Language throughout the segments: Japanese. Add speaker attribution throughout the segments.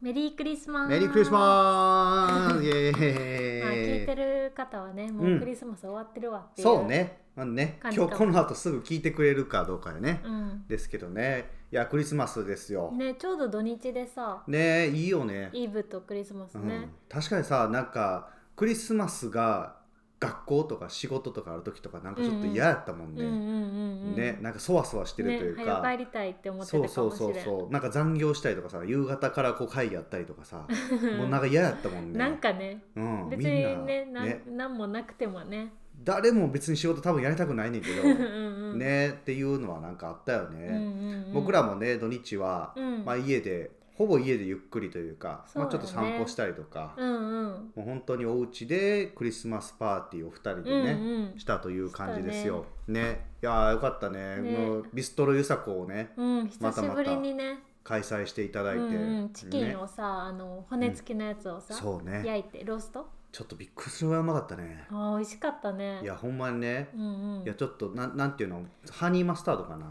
Speaker 1: メリークリスマス
Speaker 2: メリークリスマスイエ
Speaker 1: まあ、聞い
Speaker 2: ー
Speaker 1: て
Speaker 2: イ
Speaker 1: る方はねもううんクリスマス終わってるわっていう、
Speaker 2: そうね,、まあ、ね
Speaker 1: 感じかも
Speaker 2: 今日この後すぐ聞いてくれるかどうかでね、
Speaker 1: うん
Speaker 2: ですけどねいやクリスマスですよね
Speaker 1: ねちょうど土日でさ
Speaker 2: いいよね
Speaker 1: イブとクリスマス
Speaker 2: う
Speaker 1: ね
Speaker 2: ん、、確かにさなんかクリスマスが学校とか仕事とかある時とかなんかちょっと嫌やったもん
Speaker 1: うん、うん
Speaker 2: ね、
Speaker 1: うんうん
Speaker 2: ねなんかそわそわしてるという
Speaker 1: ね、
Speaker 2: か、
Speaker 1: 早帰りたいって思って
Speaker 2: そう
Speaker 1: たか
Speaker 2: そ
Speaker 1: も
Speaker 2: う
Speaker 1: しれん
Speaker 2: そうそうなんか残業したりとかさ夕方からこう会議やったりと かさもうなんか嫌やったもんね
Speaker 1: なんかね
Speaker 2: うん、
Speaker 1: 別
Speaker 2: み
Speaker 1: に
Speaker 2: んな
Speaker 1: ねなんなんもなくてもね
Speaker 2: 誰も別に仕事多分やりたくないねんけど
Speaker 1: うんうん
Speaker 2: ねっていうのはなんかあったよ
Speaker 1: うん
Speaker 2: ね、
Speaker 1: うんうん
Speaker 2: 僕らもね土日は、
Speaker 1: うん
Speaker 2: まあ、家でほぼ家でゆっくりというか
Speaker 1: そう
Speaker 2: ま
Speaker 1: だ
Speaker 2: あ、
Speaker 1: ね
Speaker 2: ちょっと散歩したりとか、
Speaker 1: うんうん
Speaker 2: もう本当にお家でクリスマスパーティーを2人でね、
Speaker 1: うんうん
Speaker 2: したという感じですよ。ねいやーよかったね
Speaker 1: ね
Speaker 2: もうビストロゆさこをね
Speaker 1: うん、
Speaker 2: ま
Speaker 1: 久
Speaker 2: た
Speaker 1: し
Speaker 2: また
Speaker 1: ぶりにね
Speaker 2: 開催していただいて、
Speaker 1: うんうん、チキ
Speaker 2: ね
Speaker 1: ンをさ、あの骨付きのやつをさ、
Speaker 2: そうね
Speaker 1: 焼いてロースト
Speaker 2: ちょっとびっくりするぐらいうまかったね。
Speaker 1: あー美味しかったね
Speaker 2: いやほんまにね、
Speaker 1: うんうん
Speaker 2: いやちょっとなんなんていうのハニーマスタードかな。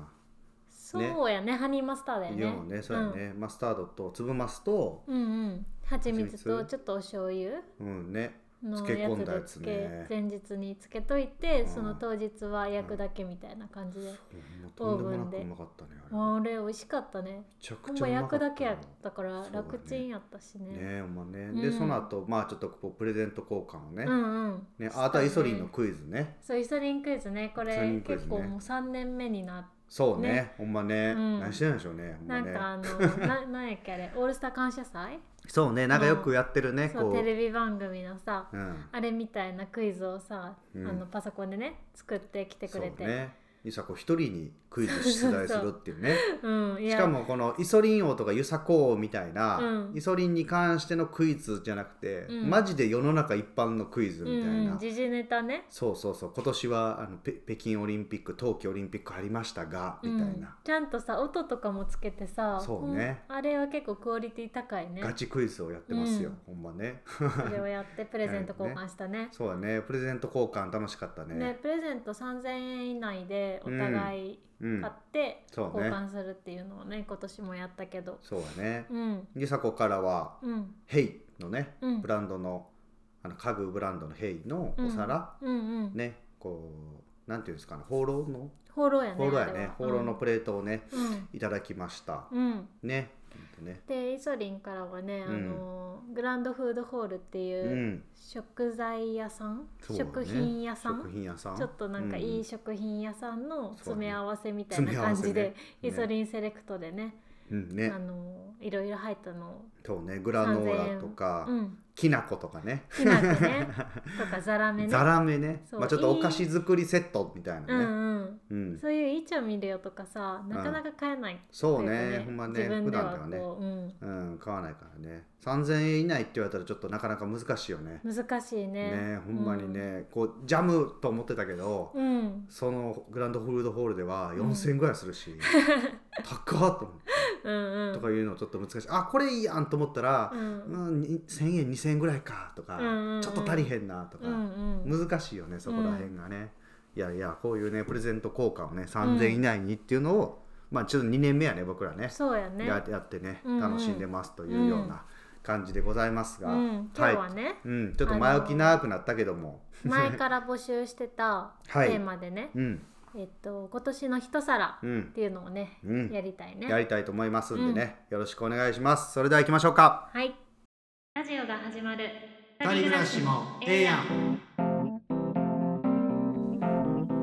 Speaker 1: そうやねハニーマスターだよね
Speaker 2: 色のねそうやね、マスタードと粒マスと、
Speaker 1: うん、うんうん蜂蜜
Speaker 2: 蜂
Speaker 1: と
Speaker 2: 蜜
Speaker 1: ちょっとお醤油
Speaker 2: うんね、
Speaker 1: の
Speaker 2: 漬け
Speaker 1: や
Speaker 2: 込
Speaker 1: つ
Speaker 2: んだ
Speaker 1: で
Speaker 2: やつ
Speaker 1: つけ
Speaker 2: ね
Speaker 1: 前日につけといて、
Speaker 2: うん
Speaker 1: その当日は焼くだけみたいな感じで、
Speaker 2: ほんまとんでも
Speaker 1: オ
Speaker 2: な
Speaker 1: ーブン
Speaker 2: く
Speaker 1: で
Speaker 2: うまかったねあれ
Speaker 1: あ
Speaker 2: め
Speaker 1: れ美味しかったね
Speaker 2: ちゃく
Speaker 1: ほん
Speaker 2: ちゃ
Speaker 1: ま
Speaker 2: うま
Speaker 1: 焼
Speaker 2: か
Speaker 1: く
Speaker 2: った
Speaker 1: だけやったから
Speaker 2: そうだね
Speaker 1: 楽ちんやったしね
Speaker 2: ねほんまね、
Speaker 1: う
Speaker 2: で
Speaker 1: ん
Speaker 2: その後まあちょっとこうプレゼント交換をね,、
Speaker 1: うんうん
Speaker 2: ねああとはイソリンのクイズね
Speaker 1: そうイソリンクイズねこ
Speaker 2: イソリ
Speaker 1: れ
Speaker 2: ンクイズ
Speaker 1: 結
Speaker 2: ね
Speaker 1: 構もう3年目になっ
Speaker 2: そうね
Speaker 1: ね
Speaker 2: ほんまね、
Speaker 1: うん
Speaker 2: 何してるんでしょうねほんま
Speaker 1: なん
Speaker 2: ね
Speaker 1: かあのななんやっけあれオールスター感謝祭
Speaker 2: そうねなんかよくやってるね、
Speaker 1: そう
Speaker 2: こ
Speaker 1: テ
Speaker 2: う
Speaker 1: レビ番組のさ
Speaker 2: うん
Speaker 1: あれみたいなクイズをさ、
Speaker 2: うん
Speaker 1: あのパソコンでね作ってきてく
Speaker 2: そう
Speaker 1: れて
Speaker 2: ねイサコ一人にクイズ出題するって いうね
Speaker 1: うんい
Speaker 2: し
Speaker 1: や
Speaker 2: かもこのイソリン王とかユサコ王みたいな、
Speaker 1: うん
Speaker 2: イソリンに関してのクイズじゃなくて、
Speaker 1: うん
Speaker 2: マジで世の中一般のクイズ
Speaker 1: う
Speaker 2: みたいな、
Speaker 1: んうん時事ネタね
Speaker 2: そうそうそう今年はあのペ北京オリンピック冬季オリンピックありましたがみたい
Speaker 1: うん
Speaker 2: な、
Speaker 1: ちゃんとさ音とかもつけてさ
Speaker 2: そうね
Speaker 1: ほんあれは結構クオリティ高いね
Speaker 2: ガチクイズをやってますよ、
Speaker 1: うん
Speaker 2: ほんまね
Speaker 1: それをやってプレゼント交換したね
Speaker 2: そうだねプレゼント交換楽しかったね
Speaker 1: ねプレゼント3000円以内でお互い
Speaker 2: うん
Speaker 1: 買って
Speaker 2: そう
Speaker 1: 交
Speaker 2: ね
Speaker 1: 換するっていうのをね,、今年もやったけど
Speaker 2: そうだね
Speaker 1: うん
Speaker 2: ユサコからは
Speaker 1: うん
Speaker 2: 「ヘイのね、
Speaker 1: うん
Speaker 2: ブランドのあの家具ブランドの「ヘイのお皿、
Speaker 1: うんうん、
Speaker 2: ねこうなんていうんですかね放浪の
Speaker 1: 放浪やね
Speaker 2: 放浪や
Speaker 1: あれ
Speaker 2: ね
Speaker 1: は
Speaker 2: 放浪のプレートをね、
Speaker 1: うん、
Speaker 2: いただきました
Speaker 1: うんうん
Speaker 2: ねね
Speaker 1: でイソリンからはね、
Speaker 2: うん
Speaker 1: あのグランドフードホールって
Speaker 2: う
Speaker 1: いうん食材屋さん、
Speaker 2: そうだね
Speaker 1: 食品屋さん
Speaker 2: 食品屋さん
Speaker 1: ちょっとなんか
Speaker 2: う
Speaker 1: いい食品屋さんの詰め合わせみたい
Speaker 2: そう
Speaker 1: な
Speaker 2: ね
Speaker 1: 感じで、イ
Speaker 2: 詰め合わせね
Speaker 1: ソリンセレクトでね
Speaker 2: うんね
Speaker 1: あのいろいろ入ったのを
Speaker 2: そうねグラノーラとか、
Speaker 1: うん
Speaker 2: きな粉とかね
Speaker 1: きな粉 ねとかザラメね
Speaker 2: ざらめね
Speaker 1: そう
Speaker 2: まあ、ちょっとお菓子作りセットみたいな
Speaker 1: うんう
Speaker 2: ね、
Speaker 1: ん
Speaker 2: うん
Speaker 1: そういういいちゃん見るよとかさなかなか買えない
Speaker 2: そう
Speaker 1: とい
Speaker 2: ね
Speaker 1: うか
Speaker 2: ほんまね
Speaker 1: 自分
Speaker 2: 普
Speaker 1: では
Speaker 2: 段
Speaker 1: こ
Speaker 2: では
Speaker 1: う、
Speaker 2: ね、
Speaker 1: うん
Speaker 2: うん、買わないからね3000円以内って言われたらちょっとなかなか難しいよね
Speaker 1: 難しいね
Speaker 2: ねほんまにね、こうジャムと思ってたけど、
Speaker 1: うん、うん
Speaker 2: そのグランドフードホールでは4000円ぐらいす るし、高っと思って
Speaker 1: うんうん
Speaker 2: とかいうのちょっと難しいあこれいいやんと思ったら
Speaker 1: う、ん
Speaker 2: うん1000円2000円ぐらいかとか、
Speaker 1: うんうんうん
Speaker 2: ちょっと足りへんなとか、
Speaker 1: うんうん
Speaker 2: 難しいよねそこら辺がね、いやいやこういうねプレゼント交換をね3000円以内にっていうのを、まあちょっと2年目やね僕らね
Speaker 1: そうやね
Speaker 2: ややってね
Speaker 1: うんうん
Speaker 2: 楽しんでますというような感じでございます
Speaker 1: う
Speaker 2: が、
Speaker 1: ん、今日は ね、
Speaker 2: い、うん、ちょっと前置き長くなったけども、
Speaker 1: 前から募集してたテ
Speaker 2: はい
Speaker 1: ーマでね、
Speaker 2: うん
Speaker 1: えっと今年の一皿
Speaker 2: う
Speaker 1: っ
Speaker 2: ん
Speaker 1: ていうのをね、
Speaker 2: うん
Speaker 1: やりたいね
Speaker 2: やりたいと思いますんでね、よろしくお願いしますそれでは行きましょうか
Speaker 1: はいラジオが始まる
Speaker 2: ん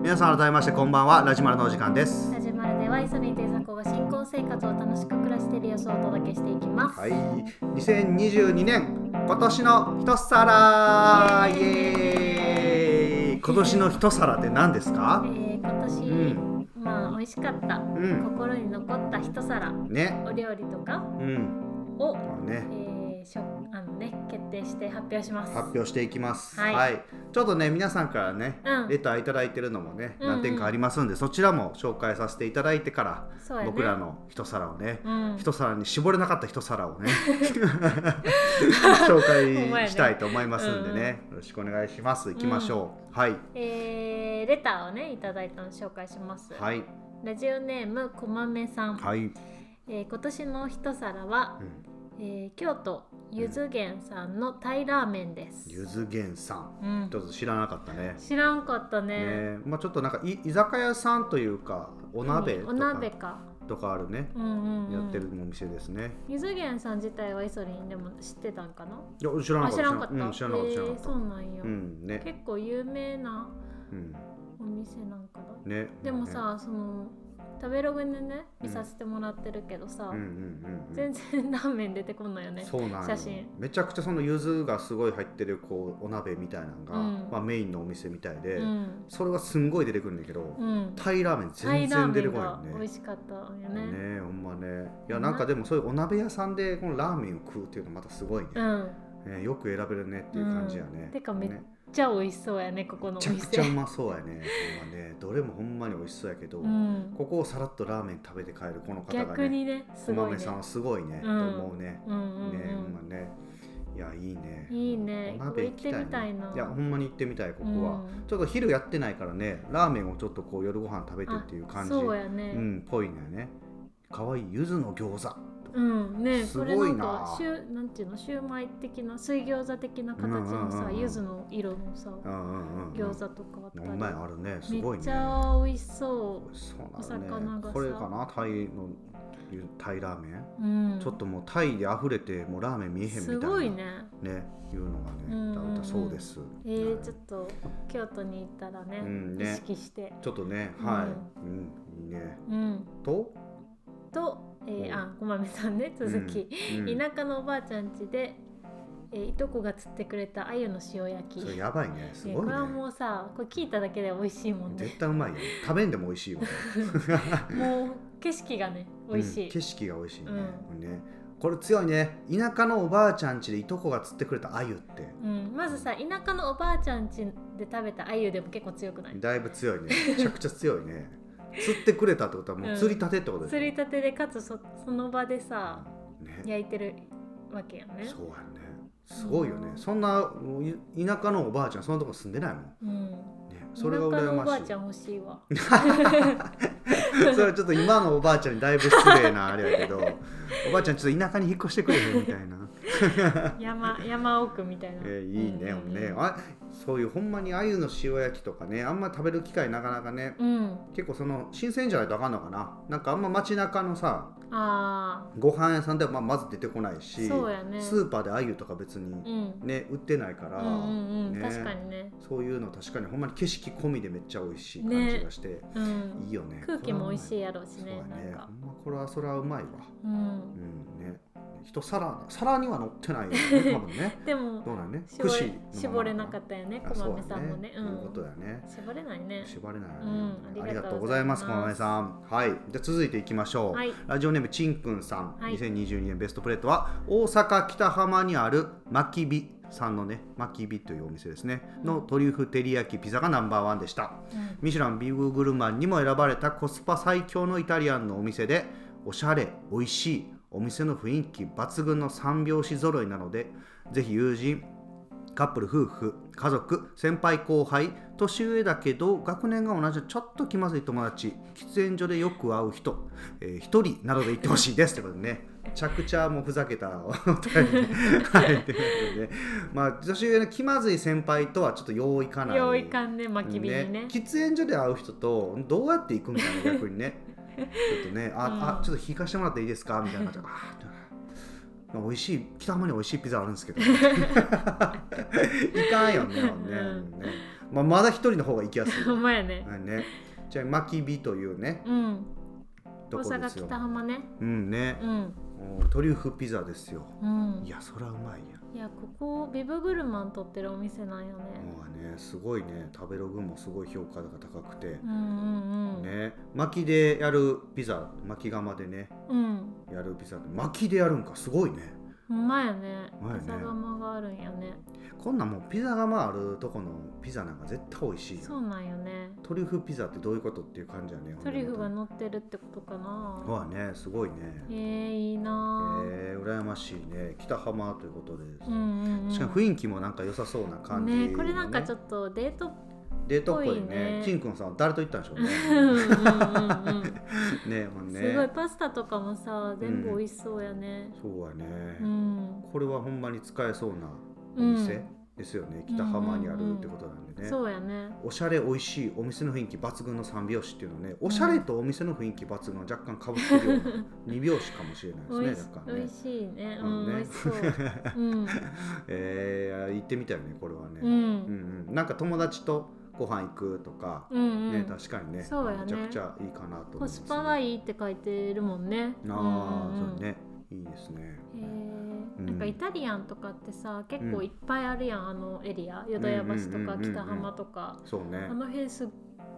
Speaker 2: 皆さん改めましてこんばんはラジマルのお時間です
Speaker 1: ラジマルではイソリンという作が新婚生活を楽しく暮らしている様子をお届けしていきます
Speaker 2: はい、2022年今年の一皿イ
Speaker 1: イエ
Speaker 2: エーイ今年の一皿って何です
Speaker 1: え
Speaker 2: か
Speaker 1: ー今年、
Speaker 2: うん
Speaker 1: まあ美味しかった、
Speaker 2: ん
Speaker 1: 心に残った一皿
Speaker 2: ね
Speaker 1: お料理とか
Speaker 2: うん
Speaker 1: を、
Speaker 2: ね
Speaker 1: えー、しょあのね決定して発表します
Speaker 2: 発表していきます
Speaker 1: はい
Speaker 2: ちょっとね皆さんからね、
Speaker 1: うん
Speaker 2: レターいただいてるのもね
Speaker 1: うんうん
Speaker 2: 何点かありますんで、そちらも紹介させていただいてから、
Speaker 1: そうやね
Speaker 2: 僕らの一皿をね、
Speaker 1: うん
Speaker 2: 一皿に絞れなかった一 皿をね紹
Speaker 1: ほんまや
Speaker 2: 介
Speaker 1: ね
Speaker 2: したいと思いますんで
Speaker 1: うんうん
Speaker 2: ね、よろしくお願いしますいきましょう、はい
Speaker 1: えーレターをねいただいたの紹介します、
Speaker 2: はい
Speaker 1: ラジオネームこまめさん、
Speaker 2: はい、
Speaker 1: えー今年の一皿は、
Speaker 2: うん
Speaker 1: えー京都ゆず源さんのタイラーメンです、
Speaker 2: ゆずげんさん
Speaker 1: うん
Speaker 2: ちょっと知らなかったね
Speaker 1: 知らんかったね
Speaker 2: ねまあ、ちょっとなんかい居酒屋さんというかお鍋
Speaker 1: うん
Speaker 2: と
Speaker 1: お
Speaker 2: か,、
Speaker 1: 鍋か
Speaker 2: とかあるね、
Speaker 1: うんうん、うん、
Speaker 2: やってるお店ですね
Speaker 1: ゆず源さん自体はイソリンでも知ってたんかない
Speaker 2: や知ら
Speaker 1: あ
Speaker 2: なかった
Speaker 1: 知らんかった、
Speaker 2: うん、知らなかった知らな
Speaker 1: え
Speaker 2: かっ
Speaker 1: ー
Speaker 2: た、
Speaker 1: そうなんや、
Speaker 2: うんね
Speaker 1: 結構有名な
Speaker 2: うん
Speaker 1: お店なんかな
Speaker 2: ね
Speaker 1: でもさ、その食べログでね見させてもらってるけどさ、
Speaker 2: うんうんうんうん
Speaker 1: 全然ラーメン出てこないよね
Speaker 2: そうなんよ
Speaker 1: 写真
Speaker 2: めちゃくちゃその柚子がすごい入ってるこうお鍋みたいなのが、
Speaker 1: うん
Speaker 2: まあ、メインのお店みたいで、
Speaker 1: うん、
Speaker 2: それはすんごい出てくるんだけど、
Speaker 1: うん、
Speaker 2: タイラーメン
Speaker 1: タイ
Speaker 2: 全
Speaker 1: ラー
Speaker 2: 然
Speaker 1: メ
Speaker 2: 出て
Speaker 1: ン
Speaker 2: こないよ
Speaker 1: が
Speaker 2: ね
Speaker 1: 美味しかったよね
Speaker 2: ねえほんまねいやなんかでもそういうお鍋屋さんでこのラーメンを食うっていうのまたすごいね、
Speaker 1: うん
Speaker 2: ねよく選べるねっていう感じやね、
Speaker 1: うんてかめっ
Speaker 2: ね
Speaker 1: めっちゃ美味しそうやねここの
Speaker 2: め
Speaker 1: お
Speaker 2: ちゃく
Speaker 1: 店
Speaker 2: ちゃうまそうやねほんまねどれもほんまに美味しそうやけど、
Speaker 1: うん、
Speaker 2: ここをさらっとラーメン食べて帰るこの方が
Speaker 1: 逆
Speaker 2: ね
Speaker 1: にねす
Speaker 2: お
Speaker 1: ごい
Speaker 2: 豆
Speaker 1: ね
Speaker 2: さんはすごいね、
Speaker 1: うん
Speaker 2: と思うね、
Speaker 1: うんうん
Speaker 2: ねほんま
Speaker 1: う
Speaker 2: ねいやいいね
Speaker 1: いいね
Speaker 2: お鍋行きたい,、ね、
Speaker 1: ここ行ってみたいない
Speaker 2: やほんまに行ってみたいここは、
Speaker 1: うん、
Speaker 2: ちょっと昼やってないからねラーメンをちょっとこう夜ご飯食べてっていうん感じ
Speaker 1: そうやね、
Speaker 2: うんぽいんだよね可愛い柚子の餃子
Speaker 1: うんね
Speaker 2: す
Speaker 1: こ
Speaker 2: ご
Speaker 1: れ
Speaker 2: いな
Speaker 1: なんかシュなんていうのシューマイ的な水餃子的な形の
Speaker 2: うんうん
Speaker 1: さ
Speaker 2: うんうん
Speaker 1: 柚子の色のさ
Speaker 2: うんうんうんうん
Speaker 1: 餃子とかあった
Speaker 2: ほ
Speaker 1: り
Speaker 2: んまやあるねすご
Speaker 1: め
Speaker 2: い
Speaker 1: っ
Speaker 2: ね
Speaker 1: ちゃ美味しそ
Speaker 2: 美味し
Speaker 1: お
Speaker 2: そう
Speaker 1: 魚
Speaker 2: なる
Speaker 1: が
Speaker 2: ね
Speaker 1: さ
Speaker 2: これかなタイのゆタイラーメン、
Speaker 1: う、うん、
Speaker 2: ちょっともうタイで溢れてもうラーメン見えへんみたい
Speaker 1: す
Speaker 2: な
Speaker 1: ごいね
Speaker 2: ねいうのがね
Speaker 1: うんうんうん
Speaker 2: 食べたそうです、
Speaker 1: えー、
Speaker 2: はい
Speaker 1: ちょっと京都に行ったらね,、
Speaker 2: うんね
Speaker 1: 意識して
Speaker 2: ちょっとねはい、うんいいね
Speaker 1: うん
Speaker 2: と、
Speaker 1: と、えー、
Speaker 2: お
Speaker 1: あごまめさんね続き、
Speaker 2: うん
Speaker 1: 田舎のおばあちゃん家で、えーいとこが釣ってくれた鮎の塩焼き
Speaker 2: それやばいねす
Speaker 1: ね
Speaker 2: ごい
Speaker 1: こ
Speaker 2: ね
Speaker 1: れはもうさこれ聞いただけで美味しいもんね
Speaker 2: 絶対うまいよ食べんでも美味しい よ
Speaker 1: もう景色がね美味しい、
Speaker 2: うん景色が美味しいね,、ねこれ強いね田舎のおばあちゃん家でいとこが釣ってくれた鮎って
Speaker 1: うん、まずさ田舎のおばあちゃん家で食べた鮎でも結構強くない
Speaker 2: だいぶ強いねめちゃくちゃ強い ね釣ってくれたってことはもう釣りたてってことでしょ
Speaker 1: 釣りたてでかつそその場でさ
Speaker 2: ね
Speaker 1: 焼いてるわけやね
Speaker 2: そうやねすごいよね、そんなもうい田舎のおばあちゃんそんなとこ住んでないもん
Speaker 1: うん
Speaker 2: ね、
Speaker 1: 田舎
Speaker 2: それが羨
Speaker 1: のおば
Speaker 2: ま
Speaker 1: あ
Speaker 2: しい
Speaker 1: ちゃん欲しいわ
Speaker 2: それはちょっと今のおばあちゃんにだいぶ失礼なあれやけどおばあちゃんちょっと田舎に引っ越してくれへんみたいな
Speaker 1: 山山奥みたいな、
Speaker 2: えいいね,、
Speaker 1: うんうんうん
Speaker 2: ねあそういうほんまに鮎の塩焼きとかねあんま食べる機会なかなかね
Speaker 1: うん
Speaker 2: 結構その新鮮じゃないとあかんのかななんかあんま街中のさ
Speaker 1: あ
Speaker 2: ご飯屋さんではまあまず出てこないし、
Speaker 1: そうやね
Speaker 2: スーパーで鮎とか別に
Speaker 1: ーうん
Speaker 2: ね売ってないから、
Speaker 1: うんうんうん、
Speaker 2: ね
Speaker 1: 確かにね、
Speaker 2: そういうの確かにほんまに景色込みでめっちゃ美味しい感じがして、
Speaker 1: うん、
Speaker 2: いいよね
Speaker 1: 空気も美味しい
Speaker 2: い
Speaker 1: やろうし
Speaker 2: そう
Speaker 1: ね
Speaker 2: や
Speaker 1: なん
Speaker 2: ね
Speaker 1: か
Speaker 2: ほんまこれはそれはうまいわ
Speaker 1: うん
Speaker 2: うんね一皿皿には乗ってないよね多分 ね
Speaker 1: でも
Speaker 2: どうなんね
Speaker 1: 絞れ
Speaker 2: の
Speaker 1: 絞れなか
Speaker 2: っ
Speaker 1: ったよね
Speaker 2: あ
Speaker 1: こ
Speaker 2: そう
Speaker 1: ま
Speaker 2: だ
Speaker 1: め
Speaker 2: ね
Speaker 1: さんもね
Speaker 2: ということだね
Speaker 1: うん、絞れないね
Speaker 2: 縛れないよね、
Speaker 1: うん
Speaker 2: あ
Speaker 1: あ
Speaker 2: り
Speaker 1: り
Speaker 2: が
Speaker 1: が
Speaker 2: と
Speaker 1: と
Speaker 2: う
Speaker 1: う
Speaker 2: ご
Speaker 1: ご
Speaker 2: ざ
Speaker 1: ざ
Speaker 2: い
Speaker 1: い
Speaker 2: ま
Speaker 1: ますす
Speaker 2: こまめさんはいじゃあ続いていきましょう、
Speaker 1: はい
Speaker 2: ラジオネームちんくんさん、
Speaker 1: はい
Speaker 2: 2022年ベストプレートは大阪北浜にあるまきびさんのねまきびというお店ですねのトリュフ照り焼きピザがナンバーワンでした、
Speaker 1: うん
Speaker 2: ミシュランビブグルマンにも選ばれたコスパ最強のイタリアンのお店でおしゃれ美味しいお店の雰囲気抜群の三拍子揃いなのでぜひ友人カップル夫婦家族先輩後輩年上だけど学年が同じちょっと気まずい友達喫煙所でよく会う人、えー一人などで行ってほしいですってことでねめちゃくちゃもうふざけたお便りではいということでまあ年上の気まずい先輩とはちょっとよういかない
Speaker 1: 用意感ね巻き火にね
Speaker 2: 喫煙所で会う人とどうやって行くんだろう 逆にねちょっとねあ,、
Speaker 1: うん
Speaker 2: あちょっと引かしてもらっていいですかみたいな感じであーまあ美味しい北浜に美味しいピザあるんです けどいかんよね,、
Speaker 1: うん
Speaker 2: ねねまあ、まだ一人の方が行きやすい、
Speaker 1: ほんまやね
Speaker 2: はいね、じゃあ巻き火というね
Speaker 1: うん
Speaker 2: と
Speaker 1: 大
Speaker 2: こで
Speaker 1: 阪
Speaker 2: すよ
Speaker 1: 北浜ね
Speaker 2: うんね
Speaker 1: う、ん
Speaker 2: もうトリュフピザですよ
Speaker 1: うん
Speaker 2: いやそらうまいやん
Speaker 1: いやここビブグルマン撮ってるお店なんよね
Speaker 2: もうねすごいね食べログもすごい評価が高くて、
Speaker 1: うんうんうん
Speaker 2: ね巻きでやるピザ巻き窯でね
Speaker 1: うん
Speaker 2: やるピザって巻きでやるんかすごいね
Speaker 1: ほんまやね
Speaker 2: ほんまやね
Speaker 1: ピザ窯があるんやね
Speaker 2: こんなんもうピザ窯あるとこのピザなんか絶対美味しい
Speaker 1: そ
Speaker 2: よ
Speaker 1: うなんよね
Speaker 2: トリュフピザってどういうことっていう感じやね
Speaker 1: トリュフが
Speaker 2: ほん
Speaker 1: 乗ってるってことかな
Speaker 2: でまたそうやねすごいね
Speaker 1: えー、いいなぁ、
Speaker 2: えー、羨ましいね北浜ということで、
Speaker 1: うんうんうん、
Speaker 2: 確かに雰囲気もなんか良さそうな感じ、
Speaker 1: ねこれなんかちょっとデート
Speaker 2: デートっぽい
Speaker 1: ぽいね
Speaker 2: ねキンくんさんは誰と行ったんでしょう
Speaker 1: うん うんうん
Speaker 2: ね
Speaker 1: うん
Speaker 2: ねほんね
Speaker 1: すごいパスタとかもさ全部美味しそうやね
Speaker 2: そうやね、
Speaker 1: うん、
Speaker 2: これはほんまに使えそうなお
Speaker 1: うん
Speaker 2: 店ですよね、北浜にあるってことなんでね、
Speaker 1: そうやね
Speaker 2: おしゃれ美味しいお店の雰囲気抜群の三拍子っていうのはねおしゃれとお店の雰囲気抜群は若干かぶってるような二拍子かもしれ
Speaker 1: お
Speaker 2: ない
Speaker 1: い
Speaker 2: で
Speaker 1: し
Speaker 2: すね
Speaker 1: 美
Speaker 2: 若干ね
Speaker 1: 味しいね、
Speaker 2: う
Speaker 1: うんん、
Speaker 2: ね
Speaker 1: 美味しそう、 うん、
Speaker 2: えー、行ってみたいねこれはね、
Speaker 1: う、
Speaker 2: うんんうんなんか友達とご飯行くとか、
Speaker 1: うん、うん、
Speaker 2: ね確かにね
Speaker 1: そうやね
Speaker 2: めちゃくちゃいいかなと思い
Speaker 1: コ
Speaker 2: ます
Speaker 1: スパがいいって書いてるもんね。
Speaker 2: ああ、
Speaker 1: うんうんうん
Speaker 2: そうねいいですね
Speaker 1: へー
Speaker 2: うん
Speaker 1: なんかイタリアンとかってさ結
Speaker 2: う
Speaker 1: 構
Speaker 2: ん
Speaker 1: いっぱいあるやん、あのエリア淀屋橋と
Speaker 2: う
Speaker 1: か
Speaker 2: んうんうんうんうん
Speaker 1: 北浜とか、
Speaker 2: そうね
Speaker 1: あの辺すっ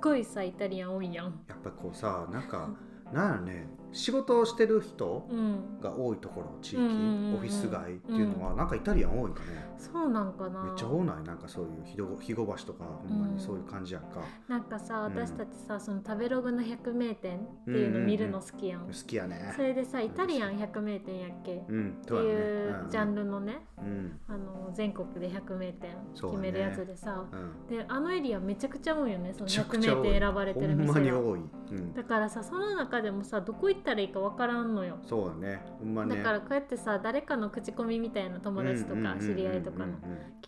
Speaker 1: ごいさイタリアン多いやん。
Speaker 2: やっぱこうさなんかなんやろね仕事をしてる人
Speaker 1: うん、
Speaker 2: が多いところ地域、
Speaker 1: うんうんうんうん
Speaker 2: オフィス街っていうのは、なんかイタリアン多いかね、
Speaker 1: そうなんかな
Speaker 2: めっちゃ多ないなんかそういうひど肥後橋とかほんまにそういう感じやんか、
Speaker 1: なんかさ
Speaker 2: うん
Speaker 1: 私たちさその食べログの百名店っていうの見るの好きやん、
Speaker 2: 好きやね
Speaker 1: それでさイタリアン百名店やっけ、っ
Speaker 2: うん
Speaker 1: ていうジャン
Speaker 2: ル
Speaker 1: ルのね
Speaker 2: うん
Speaker 1: あの全国で百名店
Speaker 2: そう
Speaker 1: 決
Speaker 2: だね
Speaker 1: めるやつでさ、
Speaker 2: うん
Speaker 1: であのエリアめちゃくちゃ多いよねその
Speaker 2: めちゃ
Speaker 1: 百
Speaker 2: くちゃ
Speaker 1: 名
Speaker 2: 多い
Speaker 1: 店選ばれてる
Speaker 2: ほんま
Speaker 1: 店
Speaker 2: に
Speaker 1: が
Speaker 2: 多い、うん、
Speaker 1: だからさその中でもさどこ行ったらいいかわからんのよ、
Speaker 2: そうだねほんまね
Speaker 1: だからこうやってさ誰かの口コミみたいな友達とか知り合いとかの聞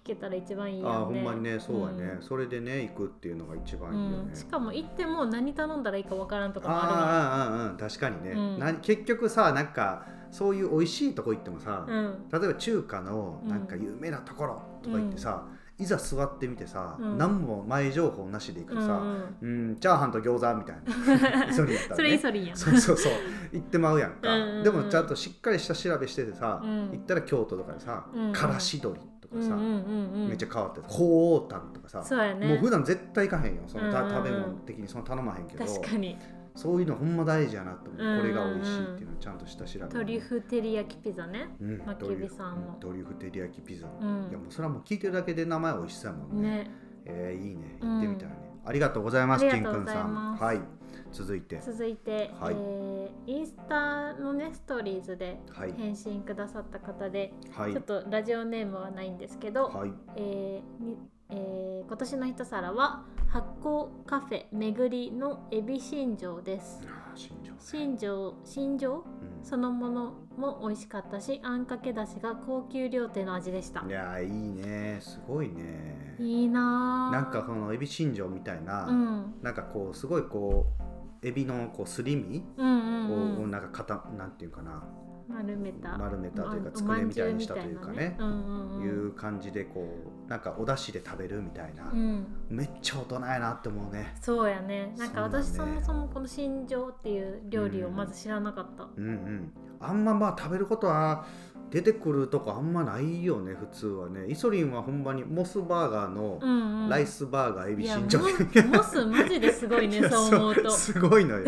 Speaker 1: けたら一番いいよね
Speaker 2: ああーほんまにねそうやね、
Speaker 1: うん
Speaker 2: それでね行くっていうのが一番いいよね、
Speaker 1: うん、しかも行っても何頼んだらいいかわからんとかもあ
Speaker 2: ああうんうんうん確かにね、
Speaker 1: うん
Speaker 2: な結局さなんかそういう美味しいとこ行ってもさ、
Speaker 1: るのうん
Speaker 2: 例えば中華のなんか
Speaker 1: う
Speaker 2: 有名なところとか行ってさ、いざ座ってみてさ、
Speaker 1: うん
Speaker 2: 何も前情報なしで行くとさ、
Speaker 1: うん
Speaker 2: うん、チャーハンと餃子みた いな急いやっ
Speaker 1: うん、
Speaker 2: たら、ね、
Speaker 1: それイソリンやん
Speaker 2: そうそうそう行ってまうやんか、
Speaker 1: うんうんうん
Speaker 2: でもちゃんとしっかりした調べしててさ、
Speaker 1: うん
Speaker 2: 行ったら京都とかでさ、
Speaker 1: うんうん
Speaker 2: からし鶏とかさ、
Speaker 1: うんうんうんうん、
Speaker 2: めっちゃ変わってた鳳凰炭とかさ、
Speaker 1: そうやね
Speaker 2: もう普段絶対行かへんよその、た
Speaker 1: うんうんうん
Speaker 2: 食べ物的にその頼まへんけど
Speaker 1: 確かに
Speaker 2: そういうのほんま大事やなと思う、
Speaker 1: うんうんうん
Speaker 2: これが美味しいっていうのちゃんとした調べ
Speaker 1: トリュフ照り焼きピザね
Speaker 2: うん、
Speaker 1: マキビさんの
Speaker 2: トリュフ照り焼きピザ、
Speaker 1: うん
Speaker 2: いやもうそれはもう聞いてるだけで名前美味しそうやもんね
Speaker 1: ね
Speaker 2: えーいいね
Speaker 1: うん
Speaker 2: 行ってみたいね、ありがとうございます
Speaker 1: あ
Speaker 2: キ
Speaker 1: り
Speaker 2: ン
Speaker 1: が
Speaker 2: く
Speaker 1: とうんござい
Speaker 2: さん
Speaker 1: ます
Speaker 2: はい続いて
Speaker 1: 続いて、
Speaker 2: は
Speaker 1: え
Speaker 2: い
Speaker 1: ーインスタのねストーリーズで
Speaker 2: はい
Speaker 1: 返信くださった方で、
Speaker 2: はい
Speaker 1: ちょっとラジオネームはないんですけど、
Speaker 2: はい
Speaker 1: えーにえー今年の一皿は発酵カフェめぐりのエビ新庄です
Speaker 2: あー新庄
Speaker 1: 新庄新庄
Speaker 2: うん
Speaker 1: そのものも美味しかったしあんかけだしが高級料亭の味でした
Speaker 2: いやーいいねすごいね
Speaker 1: いいな
Speaker 2: なんか
Speaker 1: う
Speaker 2: そのエビ新庄みたいな、
Speaker 1: うん
Speaker 2: なんかこうすごいこうエビのこうすり身
Speaker 1: うんう
Speaker 2: を
Speaker 1: んうん
Speaker 2: なんかかたなんていうかな、
Speaker 1: 丸めた
Speaker 2: 丸めたというか
Speaker 1: お
Speaker 2: つくねみたいにしたというかね
Speaker 1: おまんじゅみたいなうんうんうん、
Speaker 2: いう感じでこうなんかお出汁で食べるみたいな、
Speaker 1: うん
Speaker 2: めっちゃ大人やなって思うね
Speaker 1: そうやねなんか私
Speaker 2: そ
Speaker 1: そう
Speaker 2: だね
Speaker 1: もそもこの新庄っていう料理をまず知らなかった、
Speaker 2: うんうんあんままあ食べることは出てくるとこあんまないよね普通はねイソリンはほんまにモスバーガーの
Speaker 1: うんうん、
Speaker 2: ライスバーガーエビ
Speaker 1: いや
Speaker 2: 新庄
Speaker 1: モスモスマジですごい
Speaker 2: い
Speaker 1: ね
Speaker 2: や
Speaker 1: そう思うと
Speaker 2: そうすごいのよ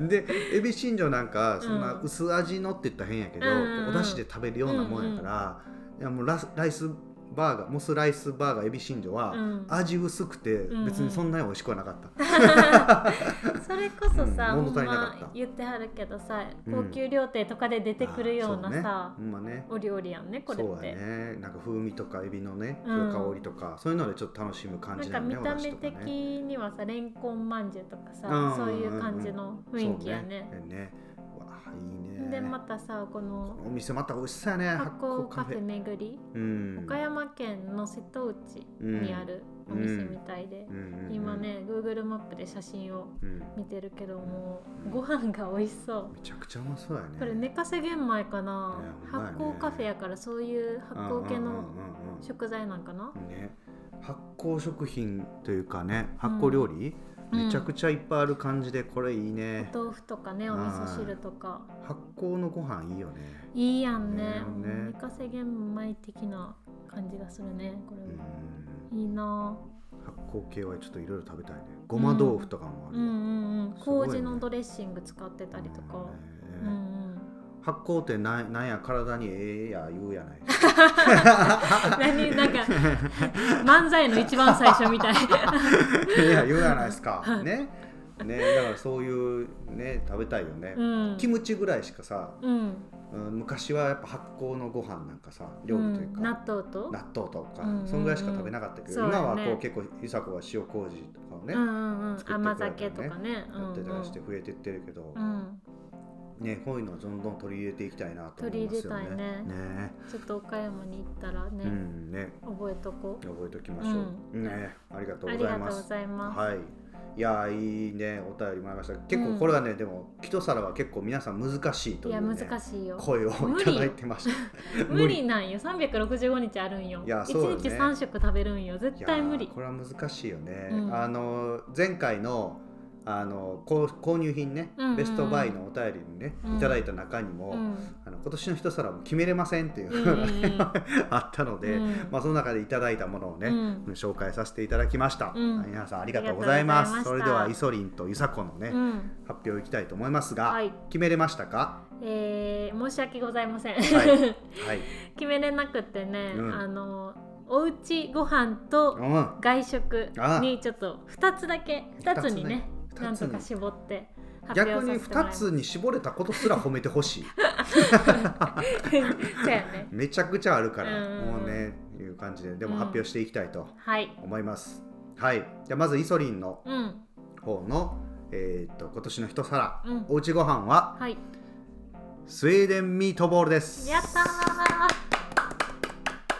Speaker 2: でエビ新庄なんかそんな
Speaker 1: うん
Speaker 2: 薄味のって言ったら変やけど、
Speaker 1: うんうんうん
Speaker 2: お出汁で食べるようなもんやから、いやもうラスライスバーガーモスライスバーガーエビ新庄は、
Speaker 1: うん
Speaker 2: 味薄くて
Speaker 1: んうん
Speaker 2: 別にそんなに美味しくはなかった、
Speaker 1: それこそさ、
Speaker 2: うん
Speaker 1: ほん
Speaker 2: 物足りなかった
Speaker 1: ま言ってはるけどさ
Speaker 2: うん
Speaker 1: 高級料亭とかで出てくるような
Speaker 2: あー
Speaker 1: さ
Speaker 2: そ、うねほんまね
Speaker 1: お料理やんねこれ
Speaker 2: そう
Speaker 1: っ
Speaker 2: だ
Speaker 1: て、
Speaker 2: ねなんか風味とかエビのね、
Speaker 1: うん
Speaker 2: 香りとかそういうのでちょっと楽しむ感
Speaker 1: なん
Speaker 2: じ
Speaker 1: か
Speaker 2: なの
Speaker 1: 見
Speaker 2: ね
Speaker 1: た
Speaker 2: 私
Speaker 1: 目
Speaker 2: とか
Speaker 1: 的
Speaker 2: ね
Speaker 1: にはさレンコンまんじゅうとかさ、
Speaker 2: うん
Speaker 1: そういう感じの雰囲気やね,、
Speaker 2: そうねねわあいいね
Speaker 1: でまたさこ
Speaker 2: こ
Speaker 1: の
Speaker 2: のお店また美味しそうやね
Speaker 1: 発酵カフェ巡り
Speaker 2: うん
Speaker 1: 岡山県の瀬戸内にあるお店みたいで、
Speaker 2: うんうんうん
Speaker 1: 今ね Google マップで写真を
Speaker 2: うん
Speaker 1: 見てるけども
Speaker 2: うん
Speaker 1: ご飯が美味しそう
Speaker 2: めちゃくちゃうまそうやね
Speaker 1: これ寝かせ玄米かな、
Speaker 2: ねほんまや
Speaker 1: 発
Speaker 2: ね
Speaker 1: 酵カフェやからそういう発酵系
Speaker 2: うんうん
Speaker 1: の
Speaker 2: うんうん
Speaker 1: 食材なんかな、
Speaker 2: ね発酵食品というかね発酵料理、
Speaker 1: うん
Speaker 2: めちゃくちゃいっぱいある感じでこれいいね、
Speaker 1: お豆腐とかねお味噌汁とか
Speaker 2: 発酵のご飯いいよね
Speaker 1: いいやんね
Speaker 2: ねね
Speaker 1: 寝かせ玄米的な感じがするねこれ
Speaker 2: う
Speaker 1: は、
Speaker 2: ん
Speaker 1: いいなぁ
Speaker 2: 発酵系はちょっといろいろ食べたいねごま豆腐とかもあ
Speaker 1: う
Speaker 2: る
Speaker 1: ん
Speaker 2: よ、
Speaker 1: うんうん
Speaker 2: すごいね
Speaker 1: 麹のドレッシング使ってたりとか、
Speaker 2: うん
Speaker 1: うんうん
Speaker 2: 発酵ってなんなんや体にええや言う やない
Speaker 1: 何なんか 漫才の一番最初みたい
Speaker 2: ええや言うやないですかねねだからそういうね食べたいよね、
Speaker 1: うん
Speaker 2: キムチぐらいしかさ、
Speaker 1: うん
Speaker 2: うん、昔はやっぱ発酵のご飯なんかさ
Speaker 1: う
Speaker 2: 料理というんか、
Speaker 1: 納豆と
Speaker 2: 納豆とか、
Speaker 1: うん
Speaker 2: そんぐらいしか食べなかったけど、
Speaker 1: そうだよ
Speaker 2: 今は
Speaker 1: ね
Speaker 2: こう結構伊佐子は塩麹とかをね、
Speaker 1: う
Speaker 2: や
Speaker 1: んうんうん
Speaker 2: 作ってくれたらね
Speaker 1: 甘酒とかねうん
Speaker 2: ってたりして増えてってるけど、
Speaker 1: うん
Speaker 2: ねこういうのをどんどん取り入れていきたいなと思いますよ
Speaker 1: 取
Speaker 2: ね。
Speaker 1: り入れたいね
Speaker 2: ね
Speaker 1: ちょっと岡山に行ったら
Speaker 2: う
Speaker 1: ね
Speaker 2: んね
Speaker 1: 覚えとこう
Speaker 2: 覚えておきましょう。ねありがとう
Speaker 1: あ
Speaker 2: ご
Speaker 1: りが
Speaker 2: ざ
Speaker 1: と
Speaker 2: いうま
Speaker 1: ご
Speaker 2: す。
Speaker 1: ざいます
Speaker 2: はい。いやーいいねお便りもらいました結
Speaker 1: う
Speaker 2: 構
Speaker 1: ん
Speaker 2: これはね、でも一皿は結構皆さん難しいと
Speaker 1: い
Speaker 2: い
Speaker 1: や
Speaker 2: う、ね、
Speaker 1: 難しいよ
Speaker 2: 声をいただいてました
Speaker 1: 無理なんよ365日あるんよ
Speaker 2: いや
Speaker 1: 一
Speaker 2: そうよね
Speaker 1: 日3食食べるんよ絶対無
Speaker 2: い
Speaker 1: 理
Speaker 2: やーこれは難しいよね、
Speaker 1: うん
Speaker 2: あの前回のあの購購入品ね、
Speaker 1: うんうんうん
Speaker 2: ベストバイのお便りにね、
Speaker 1: うん
Speaker 2: いただいた中にも、
Speaker 1: うん
Speaker 2: あの今年の一皿も決めれませんっていう、
Speaker 1: うんうんうん
Speaker 2: あったので、
Speaker 1: うん
Speaker 2: まあ、その中でいただいたものをね、
Speaker 1: うん
Speaker 2: 紹介させていただきました、
Speaker 1: うん
Speaker 2: 皆さんありがとうございます
Speaker 1: ありがと
Speaker 2: そう
Speaker 1: ご
Speaker 2: れ
Speaker 1: ざいま
Speaker 2: で
Speaker 1: した
Speaker 2: はイソリンとユサコのね、
Speaker 1: うん
Speaker 2: 発表いきたいと思いますが、
Speaker 1: はい
Speaker 2: 決めれましたか
Speaker 1: えー申し訳ございません、
Speaker 2: いはい、
Speaker 1: 決めれなくってね、
Speaker 2: うん
Speaker 1: あのおうちご飯と
Speaker 2: うん
Speaker 1: 外食
Speaker 2: あ
Speaker 1: にちょっと2つだけ2つにねな
Speaker 2: 二
Speaker 1: ん
Speaker 2: つね
Speaker 1: とか絞って発
Speaker 2: 逆
Speaker 1: 表
Speaker 2: に
Speaker 1: させてもらい
Speaker 2: 2
Speaker 1: ます
Speaker 2: つに絞れたことすら褒めてほしい
Speaker 1: そうやね
Speaker 2: めちゃくちゃあるから、
Speaker 1: うん
Speaker 2: もうねいう感じででも
Speaker 1: うん
Speaker 2: 発表していきたいと
Speaker 1: はい
Speaker 2: 思います、はいじゃあまずイソリンの
Speaker 1: うん
Speaker 2: 方の、えーっと今年の一皿、
Speaker 1: うん
Speaker 2: おうちご飯は
Speaker 1: はい
Speaker 2: スウェーデンミートボールです
Speaker 1: やったー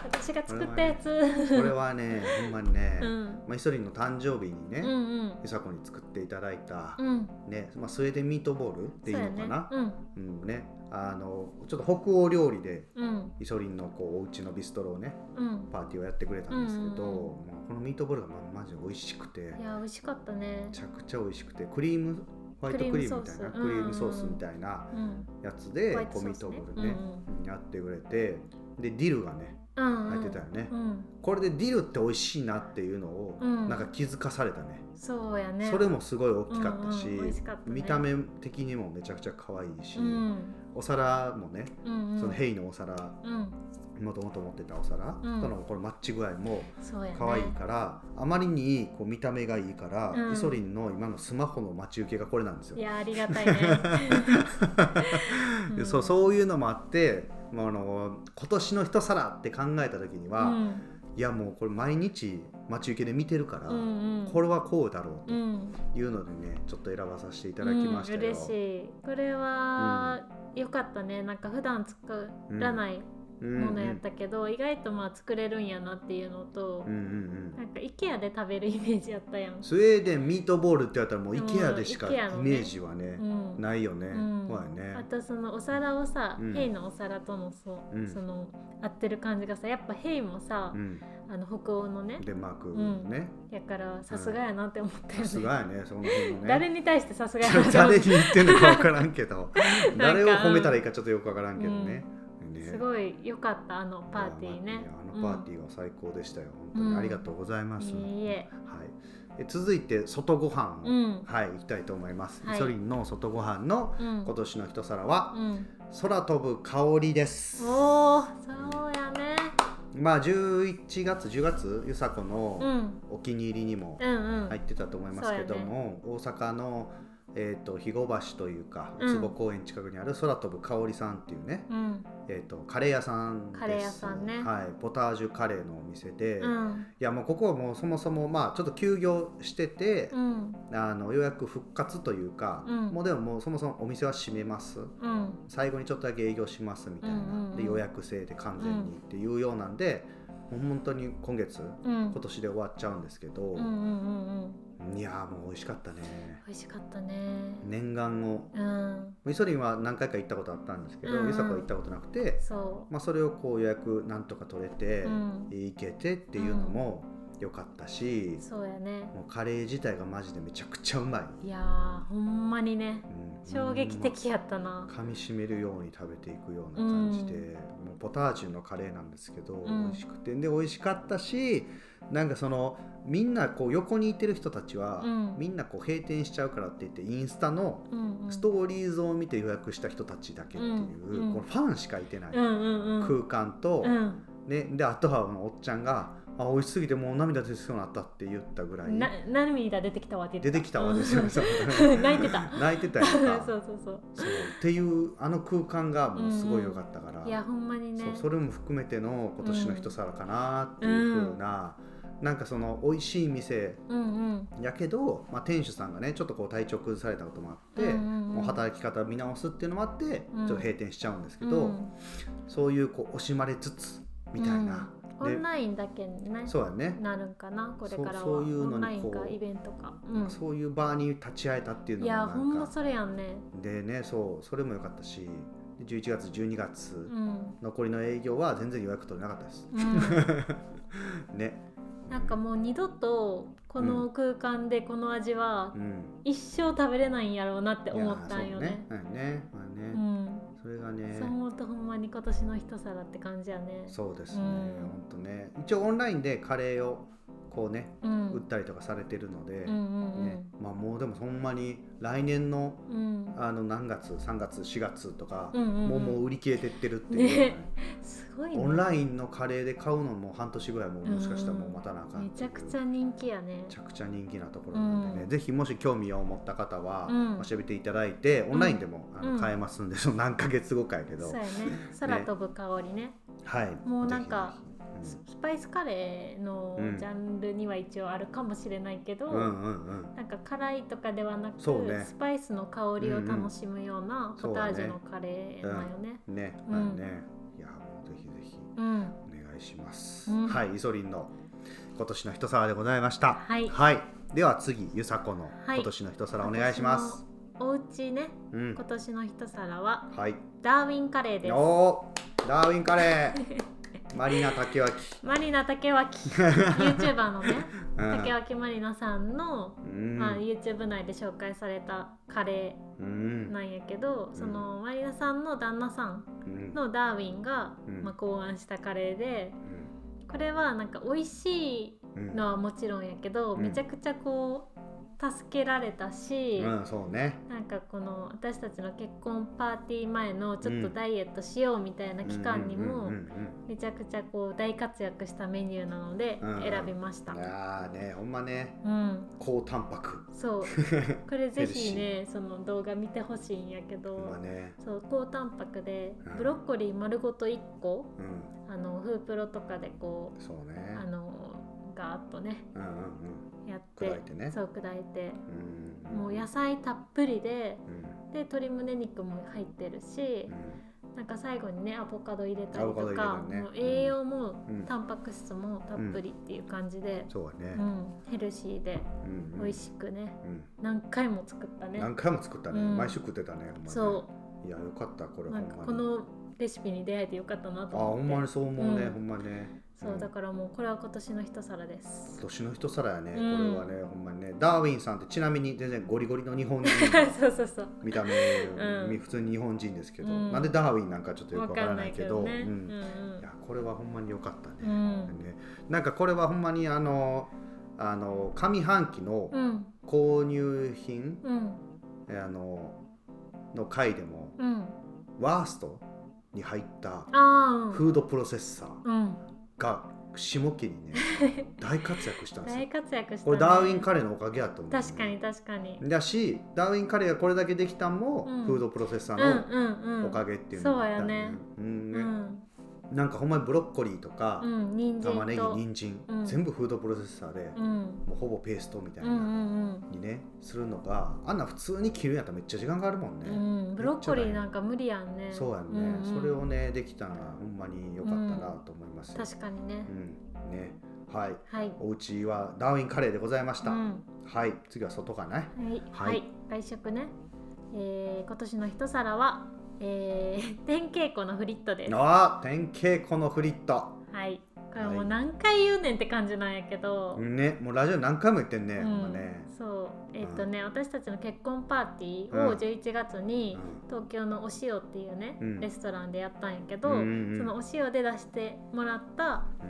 Speaker 1: 私が作ったやつ、
Speaker 2: これはねほんまにね、
Speaker 1: うん
Speaker 2: まあ、イソリンの誕生日にね、
Speaker 1: うんうん
Speaker 2: ゆさこに作っていただいた、
Speaker 1: うん
Speaker 2: ねまあ、スウェーデンミートボールってい
Speaker 1: そううや
Speaker 2: のか
Speaker 1: ね
Speaker 2: な
Speaker 1: うん
Speaker 2: うんねあのちょっと北欧料理で
Speaker 1: うん
Speaker 2: イソリンのこうお家のビストロをね
Speaker 1: うん
Speaker 2: パーティーをやってくれたんですけど、
Speaker 1: うんうん
Speaker 2: まあこのミートボールがまマジで美味しくて
Speaker 1: いや美味しかったね
Speaker 2: めちゃくちゃ美味しくてクリームホワイトクリームみたいなク
Speaker 1: クリ
Speaker 2: リー
Speaker 1: ー
Speaker 2: ム
Speaker 1: ム
Speaker 2: ソ
Speaker 1: ソ
Speaker 2: ー
Speaker 1: ー
Speaker 2: ス
Speaker 1: ス
Speaker 2: みたいな
Speaker 1: うん
Speaker 2: やつで
Speaker 1: ホワイト
Speaker 2: こう
Speaker 1: ソ
Speaker 2: ミ
Speaker 1: ー
Speaker 2: ー
Speaker 1: ス
Speaker 2: ト
Speaker 1: ね
Speaker 2: ボールね、やってくれてでディルがね
Speaker 1: うんうん
Speaker 2: 入ってたよね、
Speaker 1: うん
Speaker 2: これでディルって美味しいなっていうのを
Speaker 1: うん
Speaker 2: なんか気づかされたね、
Speaker 1: そうやね
Speaker 2: それもすごい大きかったし,、
Speaker 1: うんうん美味しかったね
Speaker 2: 見た目的にもめちゃくちゃ可愛いし、
Speaker 1: うん
Speaker 2: お皿もね
Speaker 1: うんうん
Speaker 2: そのヘイのお皿
Speaker 1: うん
Speaker 2: もともと持ってたお皿、
Speaker 1: うん
Speaker 2: とのこのマッチ具合も
Speaker 1: そうやね
Speaker 2: 可愛いから、あまりにこう見た目がいいから、
Speaker 1: うん
Speaker 2: イソリンの今のスマホの待ち受けがこれなんですよ
Speaker 1: い。やありがたいね
Speaker 2: でそうそう いうのもあって、まあ、あの今年の一皿って考えた時に
Speaker 1: う
Speaker 2: は、
Speaker 1: ん
Speaker 2: いやもうこれ毎日待ち受けで見てるから、
Speaker 1: うんうん
Speaker 2: これはこうだろ
Speaker 1: う
Speaker 2: うと
Speaker 1: ん
Speaker 2: いうのでねちょっと選ばさせていただきましたよ。
Speaker 1: うん、嬉しいこれは、良かったねなんか普段作らない
Speaker 2: うん
Speaker 1: ものやったけど、意外とまあ作れるんやなっていうのと
Speaker 2: うん、うんうんう
Speaker 1: なんんか IKEA で食べるイメージやったやん、
Speaker 2: スウェーデンミートボールってやったらもう IKEA でしか
Speaker 1: うん
Speaker 2: イ
Speaker 1: IKEA のね
Speaker 2: メージはね、
Speaker 1: うん
Speaker 2: ないよね。
Speaker 1: うん
Speaker 2: そうや
Speaker 1: あ
Speaker 2: ね。
Speaker 1: とそのお皿をさ、
Speaker 2: うん
Speaker 1: ヘイのお皿とのそう、
Speaker 2: うん
Speaker 1: その合ってる感じがさやっぱヘイもさ、
Speaker 2: うん、
Speaker 1: あの北欧のね
Speaker 2: デンマーク
Speaker 1: うん
Speaker 2: ね、
Speaker 1: やからさすがやなって思ったよ
Speaker 2: さ
Speaker 1: ね,、
Speaker 2: すが やね、その辺のね。
Speaker 1: 誰に対してさすがやなって思っ
Speaker 2: 誰
Speaker 1: た
Speaker 2: に言ってんのか分からん けど、誰を褒めたらいいかちょっとよく分からんけどね。ね
Speaker 1: すごい良かったあのパーティー
Speaker 2: いや
Speaker 1: ね
Speaker 2: まあいやあのパーティーは最高でしたよ。本当
Speaker 1: う
Speaker 2: に
Speaker 1: ん
Speaker 2: ありがとうございます。
Speaker 1: いいえ
Speaker 2: はい。え続いて外ご飯、
Speaker 1: うんうん
Speaker 2: はい行きたいと思います。
Speaker 1: はい
Speaker 2: イソリンの外ご飯の
Speaker 1: うん
Speaker 2: 今年の一皿は、
Speaker 1: うん
Speaker 2: 空飛ぶ香りです。
Speaker 1: おおそうやね
Speaker 2: まあ11月10月ゆさこ
Speaker 1: う
Speaker 2: の
Speaker 1: ん
Speaker 2: お気に入りにも
Speaker 1: うんうん
Speaker 2: 入ってたと思いますけども、大阪の、えー、と肥後橋というか
Speaker 1: うん
Speaker 2: 坪公園近くにある空飛ぶ香りさんっていうね、
Speaker 1: うん
Speaker 2: えー、とカレー屋さんです
Speaker 1: カレー屋さんね
Speaker 2: はい、ポタージュカレーのお店で、
Speaker 1: う
Speaker 2: い
Speaker 1: ん
Speaker 2: やもうここはもうそもそもまあちょっと休業してて
Speaker 1: う、ん
Speaker 2: あのようやく復活というか、
Speaker 1: うん
Speaker 2: もうでももうそもそもお店は閉めます
Speaker 1: うん
Speaker 2: 最後にちょっとだけ営業しますみたいな、
Speaker 1: うんうんうん
Speaker 2: で予約制で完全にっていうようなんで、もう本当に今月
Speaker 1: うん
Speaker 2: 今年で終わっちゃうんですけど、
Speaker 1: うんうんうんうん
Speaker 2: いやーもう美味しかったね
Speaker 1: 美味しかったね
Speaker 2: 念願を
Speaker 1: うん
Speaker 2: イソリンは何回か行ったことあったんですけど、
Speaker 1: うんうん
Speaker 2: ゆさこは行ったことなくて、
Speaker 1: そ
Speaker 2: まあ、それをこう予約なんとか取れて、
Speaker 1: うん
Speaker 2: 行けてっていうのも良かったし
Speaker 1: う、そうやね
Speaker 2: もうカレー自体がマジでめちゃくちゃうまい、
Speaker 1: いやーほんまにね
Speaker 2: うん
Speaker 1: 衝撃的やったな
Speaker 2: 噛みしめるように食べていくような感じで、もうポタージュのカレーなんですけど、
Speaker 1: うん
Speaker 2: 美味しくてで美味しかったしなんかそのみんなこう横にいてる人たちは、
Speaker 1: うん
Speaker 2: みんなこう閉店しちゃうからって言ってインスタの
Speaker 1: うんうん
Speaker 2: ストーリーズを見て予約した人たちだけって
Speaker 1: う
Speaker 2: いう、
Speaker 1: んうん
Speaker 2: このファンしかいてない
Speaker 1: うんうんうん
Speaker 2: 空間と、
Speaker 1: うん
Speaker 2: ね、であとはあのおっちゃんがあ美味しすぎてもう涙出てきそうになったって言ったぐらい
Speaker 1: な涙出てきたわって
Speaker 2: 出てきたわですよね
Speaker 1: 泣いてた
Speaker 2: 泣いてたやん
Speaker 1: そう
Speaker 2: か
Speaker 1: そうそう
Speaker 2: そうっていうあの空間がもうすごい良かったから、
Speaker 1: いやほんまにね
Speaker 2: そうそれも含めての今年の一皿かなっていう風な、なんかその美味しい店
Speaker 1: うんうん
Speaker 2: やけど、まあ、店主さんがねちょっとこう体調崩されたこともあって、
Speaker 1: うんうんうん
Speaker 2: もう働き方見直すっていうのもあって、
Speaker 1: うん
Speaker 2: ちょっと閉店しちゃうんですけど、
Speaker 1: うん
Speaker 2: そういうこう惜しまれつつみたいな、
Speaker 1: オ
Speaker 2: で
Speaker 1: ンラインだけにね
Speaker 2: そうやね、
Speaker 1: なるんかなこれからは
Speaker 2: そうそういうのに
Speaker 1: オンライン
Speaker 2: こ
Speaker 1: か
Speaker 2: う
Speaker 1: イベントか、うん、
Speaker 2: そういう場に立ち会えたっていうの
Speaker 1: い
Speaker 2: もな
Speaker 1: や
Speaker 2: んか
Speaker 1: ほんまそれやんね
Speaker 2: でねそうそれも良かったしで11月12月、
Speaker 1: うん、
Speaker 2: 残りの営業は全然予約取れなかったです。
Speaker 1: うん、
Speaker 2: ね、
Speaker 1: なんかもう二度とこの空間でこの味は
Speaker 2: うん、
Speaker 1: 一生食べれないんやろうなって
Speaker 2: いや
Speaker 1: 思ったんよね
Speaker 2: そうね,、はい、ね,、まあ
Speaker 1: う
Speaker 2: ね
Speaker 1: ん
Speaker 2: それがね
Speaker 1: そう思うとほんまに今年の一皿って感じやね
Speaker 2: そうですね、
Speaker 1: うん
Speaker 2: ほんとね一応オンラインでカレーをこうね
Speaker 1: うん
Speaker 2: 売ったりとかされてるので、
Speaker 1: うんうんうん、
Speaker 2: ねまあ、もうでもほんまに来年の
Speaker 1: うん
Speaker 2: あの何月3月4月とか、
Speaker 1: うんうんうん
Speaker 2: もうもう売り切れてってるっていう、
Speaker 1: ねすごい
Speaker 2: オンラインのカレーで買うのも半年ぐらいもうもしかしたらもう待たなあかん
Speaker 1: め
Speaker 2: って
Speaker 1: ち
Speaker 2: い
Speaker 1: ゃ
Speaker 2: う
Speaker 1: くちゃ人気やね
Speaker 2: めちゃくちゃ人気なところなんでね、
Speaker 1: うん
Speaker 2: ぜひもし興味を持った方は、
Speaker 1: うん
Speaker 2: 調べていただいてオンラインでも、あ
Speaker 1: う
Speaker 2: の
Speaker 1: ん
Speaker 2: 買えますんで、 その何ヶ月後かやけど
Speaker 1: そうやね空飛ぶ香りね
Speaker 2: はい
Speaker 1: もうなんか
Speaker 2: ぜ
Speaker 1: スパイスカレーの
Speaker 2: うん
Speaker 1: ジャンルには一応あるかもしれないけど、
Speaker 2: ひ、うん、うんうんうん
Speaker 1: なんか辛いとかではなく、
Speaker 2: そうね
Speaker 1: スパイスの香りを楽しむような
Speaker 2: うん
Speaker 1: ポタージュのカレーだよね。
Speaker 2: ね、
Speaker 1: うん
Speaker 2: はいね、いやもうぜひぜひ
Speaker 1: うん、
Speaker 2: お願いします。
Speaker 1: うん
Speaker 2: はい、イソリンの今年の一皿でございました。
Speaker 1: はい
Speaker 2: では次ゆさこの
Speaker 1: はい
Speaker 2: 今年の一皿お願いします。。
Speaker 1: おうちね、
Speaker 2: うん
Speaker 1: 今、年の一皿は
Speaker 2: はい。
Speaker 1: ダーウィンカレーです。
Speaker 2: おーダーウィンカレー、 マリナ竹脇、
Speaker 1: マリナ竹脇、YouTuber のね、
Speaker 2: うん
Speaker 1: 竹脇まりなさんの、
Speaker 2: うん、
Speaker 1: まあ YouTube 内で紹介されたカレ
Speaker 2: う
Speaker 1: ー
Speaker 2: ん、
Speaker 1: なんやけど、そのまりなさんの旦那さん
Speaker 2: うん、
Speaker 1: のダーウィンが、
Speaker 2: うん
Speaker 1: まあ、考案したカレーでこれはなんか美味しい
Speaker 2: うん、
Speaker 1: のはもちろんやけど、
Speaker 2: うん
Speaker 1: めちゃくちゃこう助けられたし、
Speaker 2: うん、そうね。
Speaker 1: なんかこの私たちの結婚パーティー前のちょっとダイエットしようみたいな期間に
Speaker 2: う
Speaker 1: も
Speaker 2: んうんうん
Speaker 1: めちゃくちゃこう大活躍したメニューなので
Speaker 2: うん
Speaker 1: 選びました。
Speaker 2: うん、いやーね、ほんまね、
Speaker 1: うん、
Speaker 2: 高タンパク、
Speaker 1: そうこれぜひねその動画見てほしいんやけ
Speaker 2: ほん
Speaker 1: ど
Speaker 2: ま、ね、
Speaker 1: そう高タンパクで
Speaker 2: うん
Speaker 1: ブロッコリー丸ごと1個
Speaker 2: うん、
Speaker 1: あのフープロとかでこ
Speaker 2: そうね、
Speaker 1: うあのガーッとね
Speaker 2: うんうん
Speaker 1: やって
Speaker 2: 砕いてね
Speaker 1: そう砕いて
Speaker 2: うん、うん、
Speaker 1: もう野菜たっぷりで
Speaker 2: うん、
Speaker 1: で鶏胸肉も入ってるし
Speaker 2: う、ん。
Speaker 1: なんか最後にねアボカド入れたり
Speaker 2: アボカド
Speaker 1: と
Speaker 2: 入れた
Speaker 1: か、
Speaker 2: りね
Speaker 1: もう栄養も、
Speaker 2: うん
Speaker 1: タンパク質もたっぷりっていう感じで、
Speaker 2: そうだ
Speaker 1: う
Speaker 2: ね
Speaker 1: ん。ヘルシーで
Speaker 2: うんうん
Speaker 1: 美味しくね、
Speaker 2: うん
Speaker 1: 何回も作ったね
Speaker 2: 何回も作ったね。
Speaker 1: うん
Speaker 2: 毎週食ってたね。ほんまね。
Speaker 1: そう
Speaker 2: いやよかったこ
Speaker 1: う
Speaker 2: れほ
Speaker 1: なんん
Speaker 2: ま
Speaker 1: か
Speaker 2: に。
Speaker 1: このレシピに出会えてよかったなと
Speaker 2: あほんま
Speaker 1: 思っ
Speaker 2: に
Speaker 1: て
Speaker 2: そう思うね。
Speaker 1: うん
Speaker 2: ほんまね。
Speaker 1: そうだ
Speaker 2: ん
Speaker 1: からもうこれは今年の一皿です
Speaker 2: 今年の一皿やね。こ
Speaker 1: うん
Speaker 2: れはねほんまにね。ダーウィンさんってちなみに全然ゴリゴリの日本 人。
Speaker 1: そうそうそう
Speaker 2: 見た目、
Speaker 1: うん
Speaker 2: 普通に日本人ですけど、
Speaker 1: うん
Speaker 2: なんでダーウィンなんかちょっとよ
Speaker 1: わ
Speaker 2: くわか
Speaker 1: からん
Speaker 2: な
Speaker 1: ない
Speaker 2: い
Speaker 1: け
Speaker 2: け
Speaker 1: ど
Speaker 2: ど、
Speaker 1: ね
Speaker 2: う
Speaker 1: うんんうん
Speaker 2: いやこれはほんまに良かったね,、
Speaker 1: うん
Speaker 2: ね。なんかこれはほんまにあのあの上半期の
Speaker 1: うん
Speaker 2: 購入品、
Speaker 1: うん
Speaker 2: えーあのの回でも
Speaker 1: うん
Speaker 2: ワーストに入った
Speaker 1: ああー
Speaker 2: フードプロセッサー
Speaker 1: うん、うん、
Speaker 2: が下期にね大活躍したんですよ
Speaker 1: 大。活躍した、ね、
Speaker 2: これダーウィンカレーのおかげやと思う、
Speaker 1: 確かに。確かに
Speaker 2: だしダーウィンカレーがこれだけできたんも、
Speaker 1: うん
Speaker 2: フードプロセッサ
Speaker 1: うん
Speaker 2: ー
Speaker 1: うんうん
Speaker 2: のおかげっていうのもあったうん
Speaker 1: う
Speaker 2: ね
Speaker 1: ん
Speaker 2: なんかほんまにブロッコリーとか、
Speaker 1: うん人
Speaker 2: 玉
Speaker 1: 参
Speaker 2: ねぎ
Speaker 1: と
Speaker 2: 人参、
Speaker 1: うん
Speaker 2: 全部フードプロセッサーで、
Speaker 1: うん
Speaker 2: もうほぼペーストみたい
Speaker 1: うん
Speaker 2: な、
Speaker 1: うん
Speaker 2: にねするのがあんな普通に切るんやったらめっちゃ時間があるもんね。
Speaker 1: うんうんブロッコリーなんか無理やんね
Speaker 2: そうやんね、
Speaker 1: んん
Speaker 2: それをねできたのはほんまに良かったなと思います、うん、
Speaker 1: 確かにね
Speaker 2: ねはい
Speaker 1: はい
Speaker 2: お家はダーウィンカレーでございました、
Speaker 1: うん
Speaker 2: はい次は外かな
Speaker 1: はい、
Speaker 2: は
Speaker 1: は
Speaker 2: い
Speaker 1: い、外食ね、えー、今年の一皿は、えー、 天稽古のフリットです
Speaker 2: ああ天稽古のフリット
Speaker 1: はいこれも
Speaker 2: は
Speaker 1: う
Speaker 2: い
Speaker 1: 何回言うねんって感じなんやけど、
Speaker 2: ねもうラジオ何回も言ってんね、
Speaker 1: う
Speaker 2: ほんま
Speaker 1: ん
Speaker 2: ね
Speaker 1: そうえっ、とね、私たちの結婚パーティー
Speaker 2: う
Speaker 1: を
Speaker 2: ん
Speaker 1: 11月に東京のお塩っていうね、
Speaker 2: うん
Speaker 1: レストランでやったんやけど、
Speaker 2: うんうんうん
Speaker 1: そのお塩で出してもらった
Speaker 2: う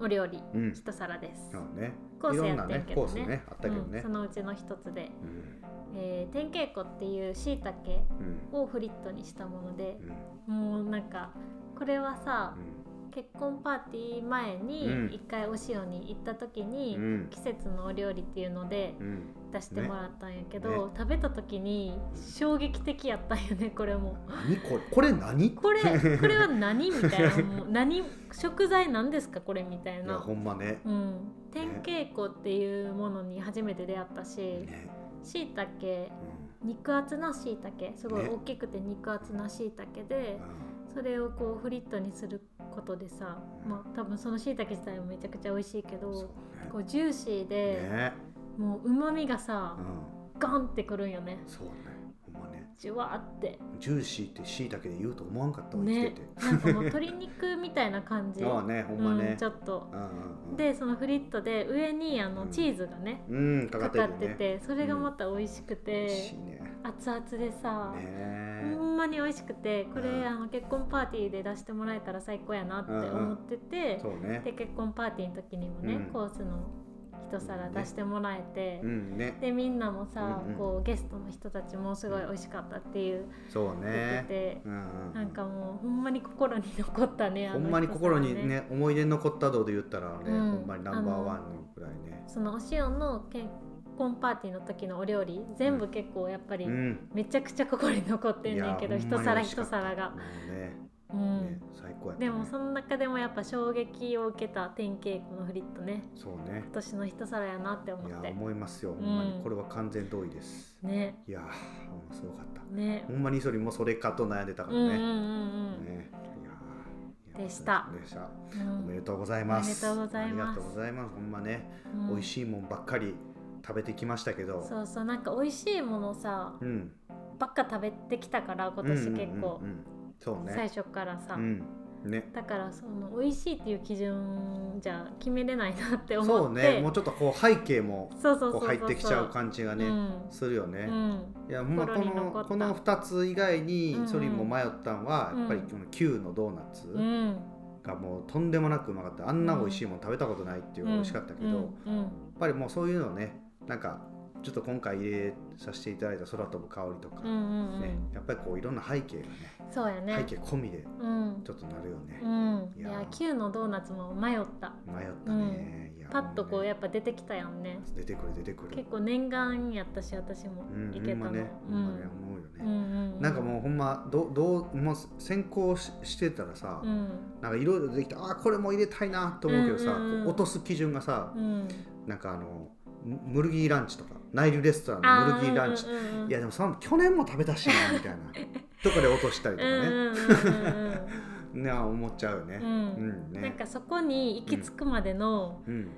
Speaker 2: ん
Speaker 1: お料理
Speaker 2: うんうん
Speaker 1: 一皿です、
Speaker 2: そうね
Speaker 1: コー
Speaker 2: い
Speaker 1: ス
Speaker 2: ろ
Speaker 1: や
Speaker 2: んな
Speaker 1: って
Speaker 2: ね
Speaker 1: んけ
Speaker 2: コ
Speaker 1: ど
Speaker 2: ース
Speaker 1: ね
Speaker 2: ねあったけど
Speaker 1: うん
Speaker 2: ね
Speaker 1: そのうちの一つで、
Speaker 2: うん
Speaker 1: えー、天稽古っていうしいたけ
Speaker 2: うん
Speaker 1: をフリットにしたもので
Speaker 2: うん、
Speaker 1: もうなんかこれはさ
Speaker 2: う
Speaker 1: 結婚パーティー前
Speaker 2: うん
Speaker 1: に一回お塩に行った時に、
Speaker 2: うん
Speaker 1: 季節のお料理っていうので
Speaker 2: うん、
Speaker 1: 出してもらったんやけど、
Speaker 2: ね
Speaker 1: 食べた時に衝撃的やったんよねこれ も。
Speaker 2: 何これこれ何
Speaker 1: これこれは何みたいな もう何食材なんですかこれみたい
Speaker 2: いや
Speaker 1: な
Speaker 2: ほ。んまね
Speaker 1: うん、天稽古っていうものに初めて出会ったし
Speaker 2: ね、
Speaker 1: しいたけ
Speaker 2: うん
Speaker 1: 肉厚なしいたけすごい
Speaker 2: ね
Speaker 1: 大きくて肉厚なしいたけで、それをこうフリットにすることでさまあ多分そのしいたけ自体もめちゃくちゃ美味しいけ
Speaker 2: うん、そ
Speaker 1: どこ
Speaker 2: う
Speaker 1: うジューシー
Speaker 2: ね
Speaker 1: で、
Speaker 2: ね、
Speaker 1: もううまみがさ
Speaker 2: うん、
Speaker 1: ガンってくるんよね
Speaker 2: そうねほんまね
Speaker 1: じゅわーって
Speaker 2: ジューシーってしいたけで言うと思わんかったわ、
Speaker 1: ね
Speaker 2: 生きてて
Speaker 1: なんかもう鶏肉みたいな感じ
Speaker 2: ああねほんまね、
Speaker 1: うん、ちょっと
Speaker 2: うんうんうん、
Speaker 1: でそのフリットで上にあの
Speaker 2: うん
Speaker 1: チーズがね、
Speaker 2: うんか
Speaker 1: か
Speaker 2: かってる
Speaker 1: か
Speaker 2: よ
Speaker 1: って
Speaker 2: ね
Speaker 1: てそれがまた美味しく
Speaker 2: 美
Speaker 1: て
Speaker 2: 味しいね
Speaker 1: 熱々でさ、
Speaker 2: ね
Speaker 1: ほんまに美味しくてこれ、
Speaker 2: うん
Speaker 1: あの結婚パーティーで出してもらえたら最高やなって
Speaker 2: うんうん
Speaker 1: 思ってて、
Speaker 2: そうね
Speaker 1: で結婚パーティーの時にもね、
Speaker 2: うん
Speaker 1: コースの一皿出してもらえて、
Speaker 2: うんね
Speaker 1: でみんなもさ、
Speaker 2: うんうん
Speaker 1: こうゲストの人たちもすごい美味しかったっていう
Speaker 2: そう
Speaker 1: 言って
Speaker 2: ね
Speaker 1: て、
Speaker 2: うんうん、
Speaker 1: なんかもうほんまに心に残ったねあ
Speaker 2: ほ
Speaker 1: の
Speaker 2: んまに
Speaker 1: 一皿
Speaker 2: 心にね思い出に残ったどうで言ったらね、
Speaker 1: うん
Speaker 2: ほんまにナンバーワンぐらいね
Speaker 1: そのお塩の結婚パーティーの時のお料理全部結構やっぱり、
Speaker 2: うん
Speaker 1: めちゃくちゃ心に残ってんねんけど
Speaker 2: いや
Speaker 1: 一
Speaker 2: ほんまに
Speaker 1: 皿
Speaker 2: 美味しか
Speaker 1: 一
Speaker 2: った
Speaker 1: 皿が
Speaker 2: も、うね
Speaker 1: うん
Speaker 2: ね最高やったね
Speaker 1: でもその中でもやっぱ衝撃を受けた天稽古のフリットね
Speaker 2: そうね
Speaker 1: 今年の一皿やなって思
Speaker 2: いや
Speaker 1: って
Speaker 2: 思いますよほんまに、
Speaker 1: うん
Speaker 2: これは完全同意です
Speaker 1: ね
Speaker 2: いやーほんますごかった
Speaker 1: ね
Speaker 2: ほんまにそれもそれかと悩んでたか
Speaker 1: う
Speaker 2: ら
Speaker 1: んうんう
Speaker 2: ね、
Speaker 1: んうん、
Speaker 2: ねいやーいや
Speaker 1: でした
Speaker 2: でした
Speaker 1: うん
Speaker 2: おめでとうございます。
Speaker 1: おめでとうございます
Speaker 2: ありがとうございます。ほんまね、
Speaker 1: うん
Speaker 2: 美味しいもんばっかり食べてきましたけど。
Speaker 1: そうそうなんか美味しいものさ
Speaker 2: うん。
Speaker 1: ばっか食べてきたから今年結構
Speaker 2: うんうんうんうんそうね。
Speaker 1: 最初からさ、
Speaker 2: うん。ね。
Speaker 1: だからその美味しいっていう基準じゃ決めれないなって
Speaker 2: そ
Speaker 1: 思
Speaker 2: う
Speaker 1: っ
Speaker 2: ね。
Speaker 1: て
Speaker 2: もうちょっとこう背景も
Speaker 1: そうそうそうそう
Speaker 2: こう入ってきちゃう感じがね、
Speaker 1: うん
Speaker 2: するよね。
Speaker 1: うん
Speaker 2: いや、ほんまこ
Speaker 1: 心に残
Speaker 2: の
Speaker 1: った
Speaker 2: この二つ以外に
Speaker 1: うんうん
Speaker 2: ソリンも迷ったんは、
Speaker 1: うん
Speaker 2: やっぱりこの Q のドーナツ
Speaker 1: うん
Speaker 2: がもうとんでもなくうまかった。あんな美味しいもん食べたことないっていうのが美味しかったけど、
Speaker 1: うん
Speaker 2: やっぱりもうそういうのね、なんかちょっと今回入れさせていただいた空飛ぶ香りとか。
Speaker 1: うんうんうんうん
Speaker 2: ね、やっぱりこういろんな背景がね
Speaker 1: そうやね
Speaker 2: 背景込みで
Speaker 1: うん
Speaker 2: ちょっとなるよね
Speaker 1: う、ん
Speaker 2: い
Speaker 1: い
Speaker 2: や
Speaker 1: や Q のドーナツも迷った
Speaker 2: 迷ったね、いや
Speaker 1: パッとこう
Speaker 2: ほんまね
Speaker 1: やっぱ出てきたやんね
Speaker 2: 出てくる出てくる
Speaker 1: 結構念願やったし私も
Speaker 2: うん
Speaker 1: 行けたの
Speaker 2: ほんまねほ
Speaker 1: うん
Speaker 2: まね
Speaker 1: ん
Speaker 2: 思うよ
Speaker 1: う
Speaker 2: ね、
Speaker 1: んうん
Speaker 2: なんかもうほんまどうどうもう先行ししてたらさ、
Speaker 1: うん
Speaker 2: なんかいろいろできてあーこれも入れたいなと思うけどさ、
Speaker 1: うんうんうん
Speaker 2: こう落とす基準がさ、
Speaker 1: うん
Speaker 2: なんかあのムムルギーランチとかナイルレストラン
Speaker 1: あ
Speaker 2: のムルギーランチ、
Speaker 1: うんうんうん
Speaker 2: いやでもその去年も食べたしなみたいな とかで落としたりと
Speaker 1: う
Speaker 2: か
Speaker 1: ん
Speaker 2: ね、
Speaker 1: うんうんうん
Speaker 2: ね思っちゃうよね、
Speaker 1: うん
Speaker 2: うんね
Speaker 1: なんかそこに行き着くまでの
Speaker 2: うん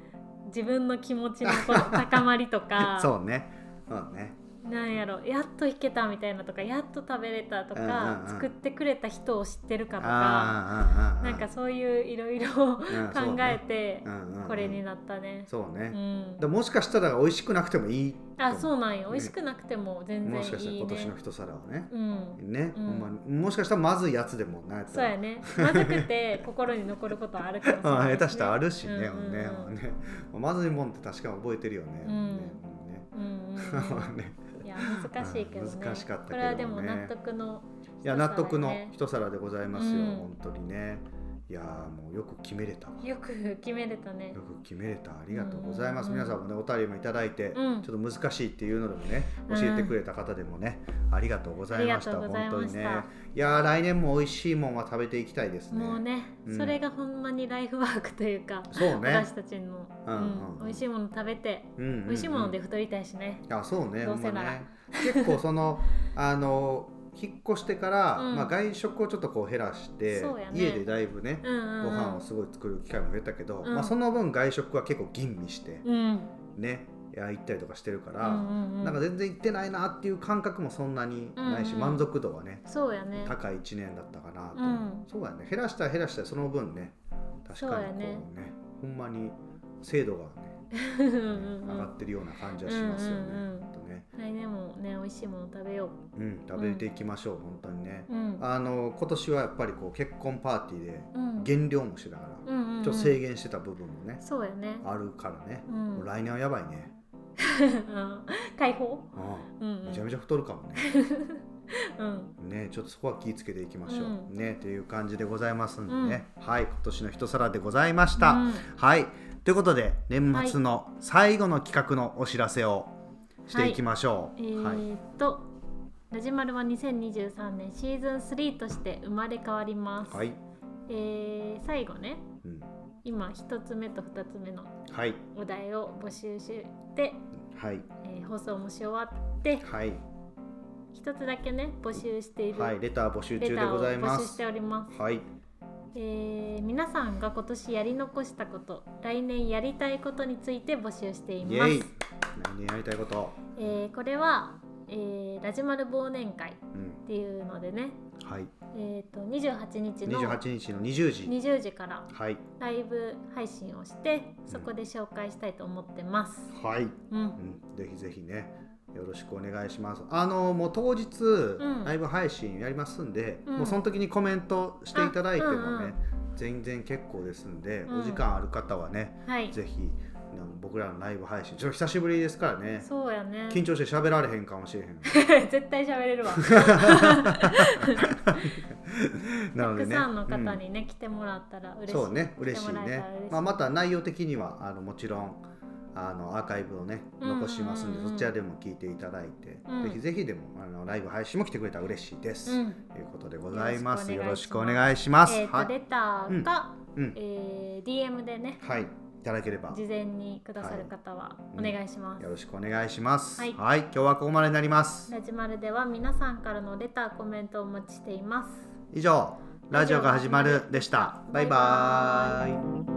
Speaker 1: 自分の気持ちのこの 高まりとか
Speaker 2: そうね。そうね。
Speaker 1: なんやろやっと行けたみたいなとかやっと食べれたと
Speaker 2: うんうん
Speaker 1: か
Speaker 2: うん
Speaker 1: 作ってくれた人を知ってるかとか
Speaker 2: ああ
Speaker 1: なんかそういういろいろ考
Speaker 2: ん そうね
Speaker 1: えて
Speaker 2: あ
Speaker 1: これに
Speaker 2: な
Speaker 1: なったね。
Speaker 2: そう
Speaker 1: う
Speaker 2: ね。
Speaker 1: ん
Speaker 2: で、もしかしたら美味しくなくてもいい。
Speaker 1: あそうなんよ
Speaker 2: ね
Speaker 1: 美味しくなくても全然
Speaker 2: もしかしたら
Speaker 1: いい
Speaker 2: 今年
Speaker 1: ね
Speaker 2: の。一皿はね。
Speaker 1: うん
Speaker 2: ね、
Speaker 1: う
Speaker 2: ほ
Speaker 1: ん
Speaker 2: んまにもしかしたらまずいやつでもなやつ
Speaker 1: そうやねまずくて心に残ることはあるかもしれ
Speaker 2: あ
Speaker 1: ない、
Speaker 2: あ下手したらあるしね、
Speaker 1: うんうんうん
Speaker 2: ねねまずいもんって確かに覚えてるよね。
Speaker 1: うん
Speaker 2: ね
Speaker 1: うんうん
Speaker 2: ほん
Speaker 1: う
Speaker 2: ま
Speaker 1: ん
Speaker 2: ねね
Speaker 1: いや難しいけどね。
Speaker 2: 難しかったけ
Speaker 1: こ
Speaker 2: どね
Speaker 1: れはでも納得の
Speaker 2: いや納得の
Speaker 1: ね
Speaker 2: 一皿でございますよ、
Speaker 1: うん
Speaker 2: 本当にね。いやーもうよく決めれたわ。
Speaker 1: よく決めれたね
Speaker 2: よ。く決めれたありがとうございます、
Speaker 1: うん
Speaker 2: 皆さんもねお便りもいただいて、
Speaker 1: うん
Speaker 2: ちょっと難しいっていうのでもね
Speaker 1: う
Speaker 2: 教
Speaker 1: ん
Speaker 2: えてくれた方でもね、ありがとうございました
Speaker 1: ありがとうございました
Speaker 2: 本当にねいやー来年も美味しいもんは食べていきたいですね
Speaker 1: もうね、
Speaker 2: うん
Speaker 1: それがほんまにライフワークというか、
Speaker 2: そうね
Speaker 1: 私たちの、
Speaker 2: うんうん
Speaker 1: 美味しいもの食べて、
Speaker 2: うんうんうん
Speaker 1: 美味しいもので太りたいしね。
Speaker 2: あそうね
Speaker 1: どうせなら
Speaker 2: ほんまね結構 そのあの引っ越してから、
Speaker 1: うん
Speaker 2: まあ、外食をちょっとこう減らして、
Speaker 1: そうやね
Speaker 2: 家でだいぶね、
Speaker 1: うんうん、うん、
Speaker 2: ご飯をすごい作る機会も増えたけど、
Speaker 1: うん
Speaker 2: まあ、その分外食は結構吟味して
Speaker 1: うん、
Speaker 2: ね、いや行ったりとかしてるから、
Speaker 1: うんうんうん、
Speaker 2: なんか全然行ってないなっていう感覚もそんなにない
Speaker 1: う
Speaker 2: し、
Speaker 1: んうん
Speaker 2: 満足度はね
Speaker 1: そうやね。
Speaker 2: 高い1年だったかな
Speaker 1: う
Speaker 2: と、
Speaker 1: ん
Speaker 2: そうやね減らしたら減らしたらその分ね確かにこうね
Speaker 1: そ
Speaker 2: ほんまに精度がね
Speaker 1: うんう
Speaker 2: 上
Speaker 1: んう
Speaker 2: が
Speaker 1: ん
Speaker 2: ってるような感じはしますよね。
Speaker 1: うんうんうん
Speaker 2: ほんとね
Speaker 1: 来年もね、美味しいもの食べよ
Speaker 2: うん、食べていきましょう、本当にね
Speaker 1: う。。うん。
Speaker 2: あの今年はやっぱりこう結婚パーティーで
Speaker 1: うん、
Speaker 2: 減量もしてたから、
Speaker 1: うんうんうん、
Speaker 2: ちょっと制限してた部分もね、
Speaker 1: そうやね。
Speaker 2: あるからね、
Speaker 1: う
Speaker 2: も
Speaker 1: ん
Speaker 2: う、来年はやばいね、
Speaker 1: 解放、
Speaker 2: う、
Speaker 1: うんうんん、
Speaker 2: めちゃめ
Speaker 1: ち
Speaker 2: ちゃ太るかもね。
Speaker 1: うん
Speaker 2: ねちょっとそこは気をつけていきましょう、
Speaker 1: う
Speaker 2: ねっていう感じでございますんでね、はい今年の一皿でございました、
Speaker 1: うん
Speaker 2: はいということで年末の最後の企画のお知らせをしていきましょ
Speaker 1: え
Speaker 2: う、はい
Speaker 1: ー、っと、ラジマルは2023年シーズン3として生まれ変わります、
Speaker 2: はい、
Speaker 1: えー最後ね
Speaker 2: うん、
Speaker 1: 今1つ目と2つ目の
Speaker 2: はい
Speaker 1: お題を募集して、
Speaker 2: はい
Speaker 1: えー放送もし終わって
Speaker 2: はい
Speaker 1: 1つだけね募集している
Speaker 2: はいレター募集
Speaker 1: レ
Speaker 2: 中
Speaker 1: タ
Speaker 2: で
Speaker 1: ー
Speaker 2: ご
Speaker 1: を
Speaker 2: ざいま
Speaker 1: 募集し
Speaker 2: す
Speaker 1: ております
Speaker 2: はい
Speaker 1: えー皆さんが今年やり残したこと来年やりたいことについて募集してい
Speaker 2: イエイ
Speaker 1: ます
Speaker 2: 来、年やりたいこと
Speaker 1: えーこれは、えーラジマル忘年会っ
Speaker 2: うん
Speaker 1: ていうのでね、
Speaker 2: はい
Speaker 1: えー、と28日の
Speaker 2: 28日の20時
Speaker 1: 20時から
Speaker 2: はい
Speaker 1: ライブ配信をしてそこで紹介したいと思ってます、
Speaker 2: はい、
Speaker 1: うん
Speaker 2: うん、ぜひぜひねよろしくお願いしますあのもう当日、
Speaker 1: ん
Speaker 2: ライブ配信やりますんで、
Speaker 1: うん
Speaker 2: もうその時にコメントしていただいてもね、
Speaker 1: あうんうん
Speaker 2: 全然結構ですんで、
Speaker 1: うん
Speaker 2: お時間ある方はね
Speaker 1: はい
Speaker 2: ぜひあの僕らのライブ配信ちょっと久しぶりですからね
Speaker 1: そうやね
Speaker 2: 緊張して喋られへんかもしれへ ん
Speaker 1: 絶対喋れるわた
Speaker 2: なので
Speaker 1: く
Speaker 2: ね
Speaker 1: さんの方
Speaker 2: うん
Speaker 1: にね、来てもらったら嬉しい
Speaker 2: そうね嬉しい
Speaker 1: 来てもらえ
Speaker 2: ね
Speaker 1: たら嬉しい
Speaker 2: まあ、また内容的にはあのもちろんあのアーカイブをね
Speaker 1: うんうんうんうん
Speaker 2: 残しますので、そちらでも聞いていただいて、
Speaker 1: うん
Speaker 2: ぜひぜひでもあのライブ配信も来てくれたら嬉しいです、
Speaker 1: うん
Speaker 2: ということでございますよ
Speaker 1: よ
Speaker 2: ろ
Speaker 1: ろ
Speaker 2: し
Speaker 1: し
Speaker 2: く
Speaker 1: く
Speaker 2: お
Speaker 1: お
Speaker 2: 願いします、
Speaker 1: えーと
Speaker 2: はい、
Speaker 1: レターか、
Speaker 2: うん
Speaker 1: えー DM でね
Speaker 2: はい、いただければ
Speaker 1: 事前にくださる方はお
Speaker 2: い
Speaker 1: 願いします、
Speaker 2: よろしくお願いしますは、
Speaker 1: はいい
Speaker 2: 今日はここまでになります
Speaker 1: ラジマルでは皆さんからのレターコメントをお待ちしています
Speaker 2: 以上ラジオが始まるでしたバイバ
Speaker 1: バイ
Speaker 2: イ